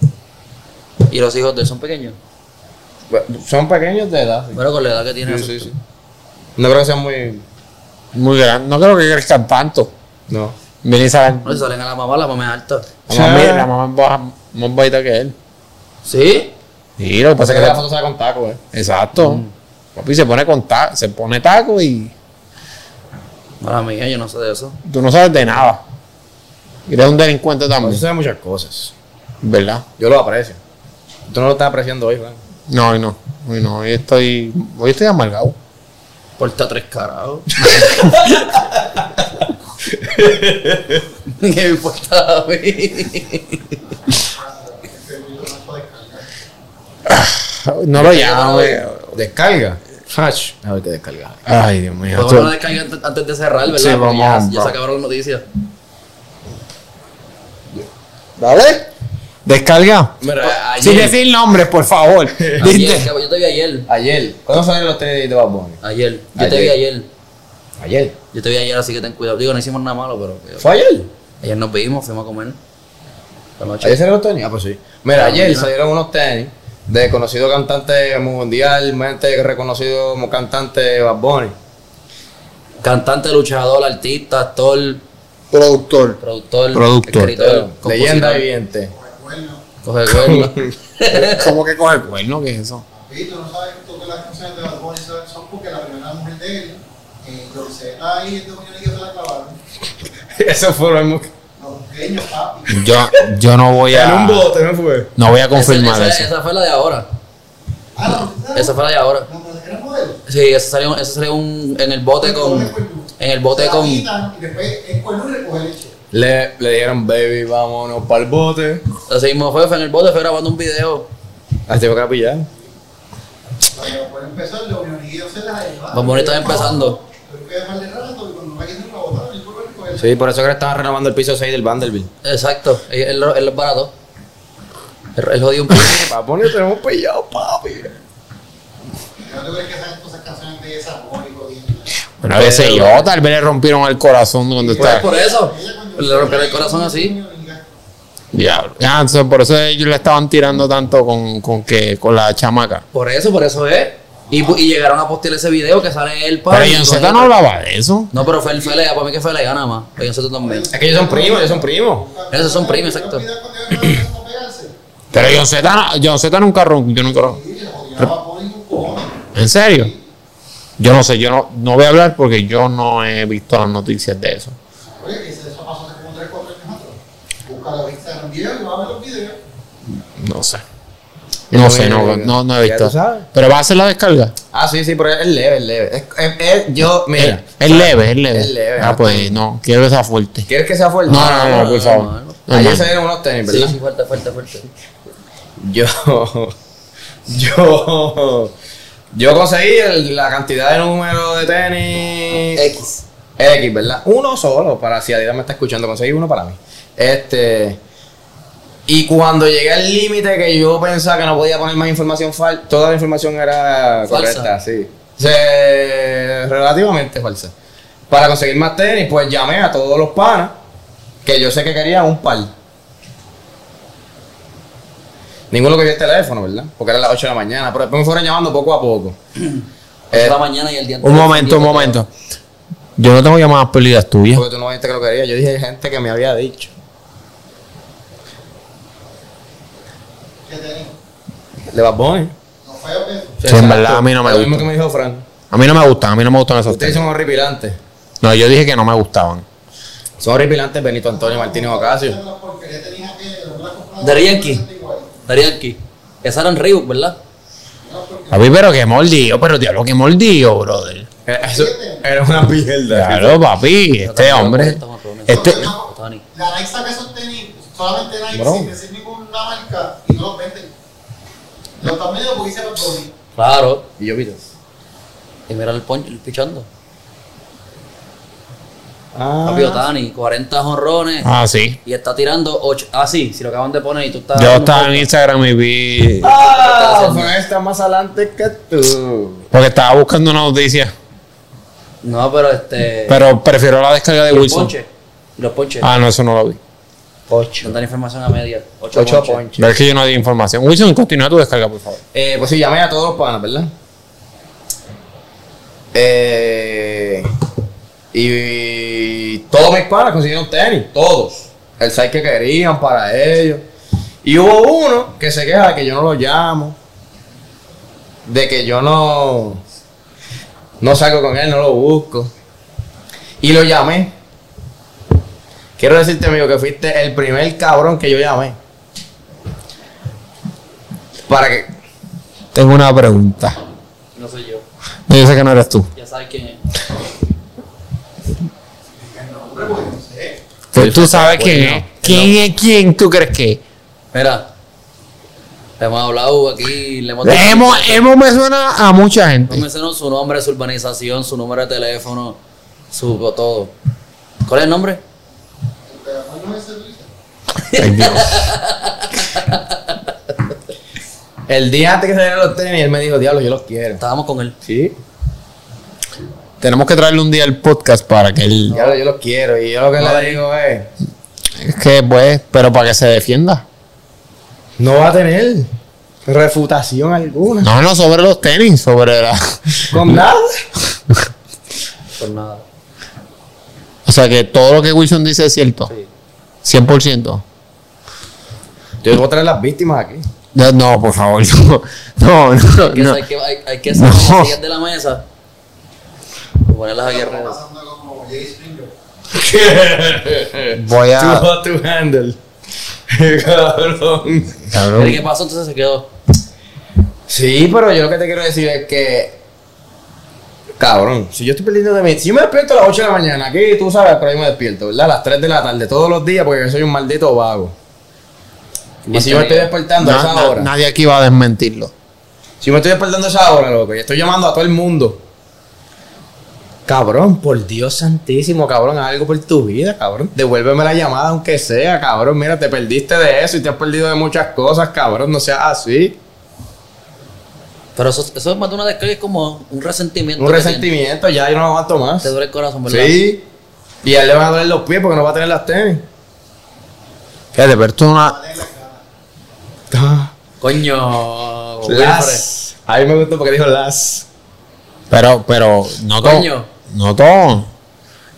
S2: Y los hijos de él son pequeños.
S3: Bueno, Son pequeños de edad. sí.
S2: Bueno, con la edad que tiene.
S3: Sí, sí, sí. No creo que sean muy.
S1: Muy grande. No creo que crezcan tanto.
S3: No.
S1: Viene a la
S2: No le salen a la mamá, la mamá es alta.
S1: mamá, la mamá es baja- más bonita que él.
S2: ¿Sí?
S1: Sí, lo que pasa
S3: Pasa
S1: es
S3: que
S1: que
S3: la
S1: la-
S3: foto sale con taco, eh.
S1: Exacto.
S2: Mm.
S1: Papi se pone con ta- se pone taco y
S2: Mala mía, yo no sé de eso.
S1: tú no sabes de nada. Y eres un delincuente
S3: Eso
S1: también.
S3: sabe muchas cosas.
S1: ¿Verdad?
S3: Yo lo aprecio. Tú no lo estás apreciando hoy, Frank.
S1: No, hoy no. Hoy no. Hoy estoy. Hoy estoy amargado.
S2: Porta tres carajos. ¿Qué me importa a mí?
S4: Este video no puede descargar.
S1: No lo llame.
S3: Ah, Descarga. Hach. A ver, te descarga.
S1: Ay, Dios mío.
S2: Podemos no descargar antes- antes de cerrar, ¿verdad?
S1: Sí,
S2: Porque
S1: vamos,
S2: ya-
S1: vamos.
S2: ya se acabaron las noticias.
S1: ¿Vale? Descarga.
S3: Mira, ayer.
S1: Sin decir nombres, por favor.
S2: Pues, Ayer,
S1: ¿Viste?
S2: cabrón, yo te vi ayer.
S3: Ayer. ¿Cuándo salieron los tres de Bad Bunny?
S2: Ayer. Yo te vi ayer.
S3: Ayer.
S2: Yo te vi ayer, así que ten cuidado. Digo, no hicimos nada malo, pero.
S3: ¿Fue ayer?
S2: Ayer nos vimos, fuimos a comer. La noche.
S3: ¿Ayer salieron los tenis? Ah, pues sí. Mira,
S2: Ah,
S3: ayer
S2: mira.
S3: salieron unos tenis de conocido Eh, cantante mundialmente reconocido como cantante Bad Bunny.
S2: Cantante, luchador, artista, actor,
S1: <laughs>
S5: Productor.
S2: productor,
S1: Productor.
S2: escritor,
S3: Leyenda
S2: compositor.
S3: viviente.
S4: Recuerdo.
S2: Coge
S1: <laughs>
S2: cuerda.
S5: ¿Cómo que coge el cuerno? ¿Qué es eso?
S4: Papi, tú no sabes tú que las canciones de Bad Bunny son son porque la primera mujer de él, eh, Rosetta y este muñeco que se la clavaron.
S3: <laughs> Eso fue lo
S4: Los pequeños, papi.
S1: Yo, yo no <laughs> voy
S3: En un
S1: a.
S3: bote, ¿no fue?
S1: No voy a
S2: Esa-
S1: confirmar
S2: esa,
S1: eso.
S2: esa fue la de ahora.
S4: Ah, no,
S2: Esa fue la de ahora.
S4: No, pero era modelo.
S2: Sí, esa salió, esa salió un, en el bote con. En el bote
S4: Se la
S2: con.
S4: quitan Y después es cuerno y recoge leche.
S3: Le, le dijeron, baby, vámonos para el bote.
S2: Así mismo fue, fue en el bote, fue grabando un video.
S3: Así tengo este que pillar.
S4: Para poder empezar, los bienvenidos se las llevaron.
S2: Bad Bunny estaba empezando.
S4: Después de par de rato, y cuando va a quitar la botada, el cuerno recoge leche.
S3: Sí, por eso que le estaban renovando el piso 6 del Vanderbilt.
S2: Exacto, él, él, lo- él lo barato. Él, él jodió
S1: <laughs>
S2: un poco.
S3: Papo, nos tenemos pillado, papi.
S4: ¿No te crees que saben todas esas canciones de esa Bunny jodiendo?
S1: Bueno, qué sé yo, tal vez le rompieron el corazón cuando
S2: Pues
S1: estaba.
S2: por eso,
S4: Ella cuando-
S2: le rompieron el corazón así.
S1: Diablo. Ah, entonces por eso ellos le estaban tirando tanto con, con que, con la chamaca.
S2: Por eso, por eso es. Y, pu- y llegaron a postear ese video que sale él
S1: Pero
S2: para.
S1: Yonceta no hablaba de eso.
S2: No, pero fue el Felea, para mí que Felea nada más. Pero Yonceta también.
S3: Es que ellos son primos, ellos son primos.
S2: Esos son primos, exacto.
S4: Cuidado cuando ellos van empezando a pegarse.
S1: Pero Yonceta, Yonceta nunca rompió. Yo nunca rom-
S4: Sí, le jodieron a Bad Bunny con cojones.
S1: ¿En serio? Yo no sé, yo no, no voy a hablar porque yo no he visto las noticias de eso.
S4: Oye, que eso pasó hace como 3, 4 años atrás. Busca los Instagram videos y va a ver los videos.
S1: No sé. No sé, no, no, no he
S3: Ya
S1: visto.
S3: tú sabes.
S1: Pero va a hacer la descarga.
S3: Ah, sí, sí, pero es leve, es leve. Es, es- es- yo, mira.
S1: Es, es leve, es leve.
S3: Es leve,
S1: Ah,
S3: ajá.
S1: pues no, quiero que sea fuerte.
S3: ¿Quieres que sea fuerte?
S1: No, no, no,
S2: no,
S1: por
S2: no,
S1: favor.
S2: no.
S1: No,
S3: Ayer
S1: no.
S3: salieron unos tenis,
S2: Sí,
S3: ¿verdad?
S2: sí, fuerte, fuerte, fuerte.
S3: Yo. <laughs> Yo. Yo conseguí el- la cantidad de números de tenis.
S2: X.
S3: X, ¿verdad? Uno solo, para si Adidas me está escuchando, conseguí uno para mí. Este. Y cuando llegué al límite que yo pensaba que no podía poner más información falsa, toda la información era
S2: Falsa.
S3: correcta, sí. Se- relativamente falsa. Para conseguir más tenis, pues llamé a todos los panas que yo sé que querían un par. Ninguno que vio el teléfono, ¿verdad? Porque era las 8 de la mañana, pero después me fueron llamando poco a poco. Eh,
S2: la mañana y el día
S1: Un
S2: anterior.
S1: momento, un momento. Yo no tengo llamadas perdidas tuyas.
S3: Porque tú no viste que lo quería. Yo dije gente que me había dicho.
S4: Que tenemos.
S3: De Bad Bunny.
S4: No fue a peso.
S1: Sí, en verdad a mí no me
S3: Lo
S1: gusta.
S3: mismo que me dijo Frank.
S1: A mí no me gustan, a mí no me gustan esos
S3: Ustedes
S1: tenis.
S3: son horripilantes.
S1: No, yo dije que no me gustaban.
S3: Son horripilantes Benito Antonio Martínez Ocasio.
S4: Las porquerías tenías que los blancos comprados
S2: De Yankee.
S4: son iguales.
S2: Darianki. Esa era en Reebok, ¿verdad?
S1: A mí, pero que mordido, pero diablo, que mordido, brother.
S3: Eh, Eso era una pierda.
S1: Claro, papi, este hombre. Este,
S2: Tony.
S4: La Nike saca esos tenis, solamente Nike,
S3: Bro.
S4: sin decir ninguna marca, y no los venden. Los están vendiendo porque hicieron Tony.
S2: Claro.
S3: Y yo vi eso.
S2: Y mira el poncho, el pichando. Papi
S3: Ah,
S2: Otani, 40 jonrones.
S1: ah, sí.
S2: Y está tirando 8. Ah, sí, si lo acaban de poner y tú estás.
S1: Yo
S2: dando
S1: estaba
S2: un-
S1: en Instagram y vi.
S3: ah Frank está más adelante que tú.
S1: Porque estaba buscando una noticia.
S2: No, pero este.
S1: Pero prefiero la descarga de
S2: y los
S1: Wilson.
S2: ponches. Y los ponches.
S1: Ah, no, eso no lo vi.
S2: Ocho. Tanta información a media. Ocho,
S3: Ocho
S2: ponches.
S3: ponches.
S1: Pero es que yo no di información. Wilson, continúa tu descarga, por favor.
S3: Eh, pues sí, llamé a todos los panas, ¿verdad? Eh, y todos mis panas consiguieron tenis, todos. El size que querían para ellos. Y hubo uno que se queja de que yo no lo llamo. De que yo no. No salgo con él, no lo busco. Y lo llamé. Quiero decirte, amigo, que fuiste el primer cabrón que yo llamé. Para que.
S1: Tengo una pregunta.
S2: No soy yo.
S1: No, Yo sé que no eres tú.
S2: Ya sabes quién es.
S1: Pues tú sabes quién es. ¿Quién es quién tú crees que es?
S2: Mira. Le hemos hablado aquí. Le hemos.
S1: Emo, Emo me suena a mucha
S2: No
S1: gente.
S2: mencionó su nombre, su urbanización, su número de teléfono, su todo. ¿Cuál es el nombre?
S1: Ay, Dios.
S3: El día antes que salieron los tenis, él me dijo, diablo, yo los quiero.
S2: Estábamos con él.
S3: Sí.
S1: Tenemos que traerle un día el podcast para que él.
S3: Diablo, yo los quiero. Y yo lo que
S2: No.
S3: le digo es,
S1: Es que, pues, pero para que se defienda.
S3: no va a tener refutación alguna.
S1: <laughs>
S3: <laughs>
S1: No, no, sobre los tenis, sobre la.
S3: Con nada.
S2: Por Pues nada.
S1: sea que todo lo que Wilson dice es cierto. 100%.
S3: Yo debo traer las víctimas aquí.
S1: No, no, por favor. <laughs> No, no,
S2: Hay que,
S1: no.
S2: hay que, hay, hay que sacar las
S1: No.
S2: sillas de la mesa. y Ponerlas aquí
S6: Está
S2: arriba.
S6: pasando como Jay Springer.
S3: <laughs>
S7: Voy
S3: Too
S7: a.
S3: hot to handle. <laughs> Cabrón.
S2: El que
S7: Cabrón.
S2: pasó entonces se quedó.
S3: Sí, pero yo lo que te quiero decir es que. Cabrón, si yo estoy perdiendo de mí. Si yo me despierto a las 8 de la mañana, aquí tú sabes, pero yo me despierto, ¿verdad? A las 3 de la tarde, todos los días, porque yo soy un maldito vago. Y si yo me estoy despertando a
S1: Na-
S3: esa
S1: na-
S3: hora.
S1: nadie aquí va a desmentirlo.
S3: Si me estoy despertando a esa hora, loco, y estoy llamando a todo el mundo. Cabrón, por Dios santísimo, cabrón, haz algo por tu vida, cabrón. Devuélveme la llamada, aunque sea, cabrón. Mira, te perdiste de eso y te has perdido de muchas cosas, cabrón. No seas así.
S2: Pero eso, eso es más de una descarga, es como un resentimiento.
S3: Un
S2: que
S3: resentimiento, ya yo no lo aguanto
S2: tiene. Te
S3: más.
S2: duele el corazón, ¿verdad?
S3: Sí. Y a él le van a doler los pies porque no va a tener las tenis.
S1: Fíjate, pero esto es una. Ah.
S2: Coño.
S3: Las. A mí me gustó porque dijo las.
S1: Pero, pero, no todo.
S2: Coño.
S1: No todo.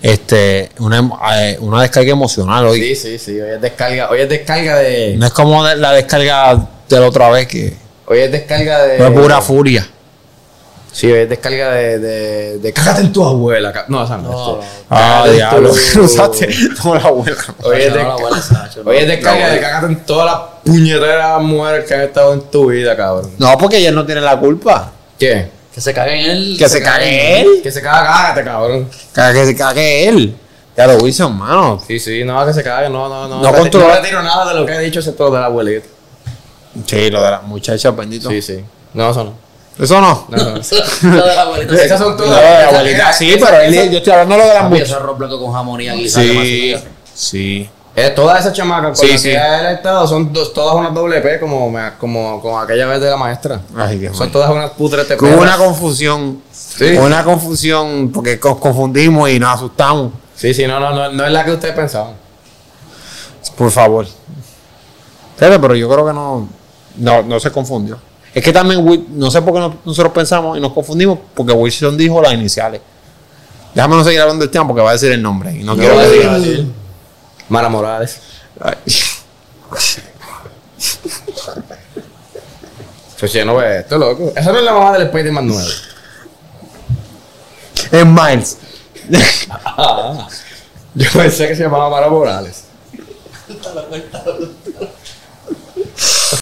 S1: Este, una, em- eh, una descarga emocional hoy.
S3: Sí, sí, sí. Hoy es descarga, hoy es descarga de.
S1: No es como de- la descarga de la otra vez que
S3: Hoy es descarga de.
S1: fue pura furia.
S3: Sí, es descarga de, de, de cágate en tu abuela. ca- No, esa no.
S2: No,
S3: este.
S1: Ah,
S3: Cágate en
S1: diablo.
S3: tu-
S1: <laughs> Lo usaste como la abuela.
S3: Hoy es,
S2: No,
S3: de-
S2: la abuela Sacho, no.
S3: hoy es descarga de cágate en todas las puñeteras mujeres que han estado en tu vida, cabrón.
S1: No, porque ella no tiene la culpa.
S3: ¿Qué?
S2: Que se cague en él.
S1: Que se cague él.
S3: Que se caga, cágate, cabrón.
S1: Cada Que se cague él. Ya lo Wilson, mano.
S3: Sí, sí, no, que se cague, no, no, no.
S1: No
S3: Reti-
S1: controla-
S3: No retiro nada de lo que he dicho excepto de la abuelita.
S1: Sí, lo de las muchachas, bendito.
S3: Sí, sí. No, eso no.
S1: Eso no.
S3: no, eso
S2: <laughs>
S3: no.
S2: Lo de la abuelita. se
S3: Esas son
S1: Lo
S3: todas.
S1: de la
S3: esas-
S1: abuelita.
S3: esas-
S1: Sí, pero él- yo estoy hablando de lo de las
S2: Papi,
S1: muchachas.
S2: eso es arroz blanco con jamón y aquí
S1: Sí, sí.
S3: Eh, todas esas chamacas con
S1: Sí,
S3: las
S1: sí.
S3: que él ha estado son dos, todas unas doble P como, me- como, como aquella vez de la maestra.
S1: Ay, Dios
S3: Son
S1: mío.
S3: todas unas putres de
S1: Que Hubo
S3: perras.
S1: una confusión.
S3: Sí.
S1: Hubo Una confusión porque nos confundimos y nos asustamos.
S3: Sí, sí, no, no, no, no es la que ustedes pensaban.
S1: Por favor. Pero, pero yo creo que no, no, no se confundió. Es que también, Wil- no sé por qué no- nosotros pensamos y nos confundimos, porque Wilson dijo las iniciales. Déjame no seguir hablando del tema porque va a decir el nombre. Y no quiero
S3: voy a
S1: que
S3: decir,
S1: diga.
S3: voy a decir. Mara Morales.
S1: Ay,
S3: Pues yo no veo esto, loco. Esa no es la mamá del
S1: <laughs>
S3: Spider-Man 9.
S1: Es Miles. Ah.
S3: Yo pensé que se llamaba Mara Morales.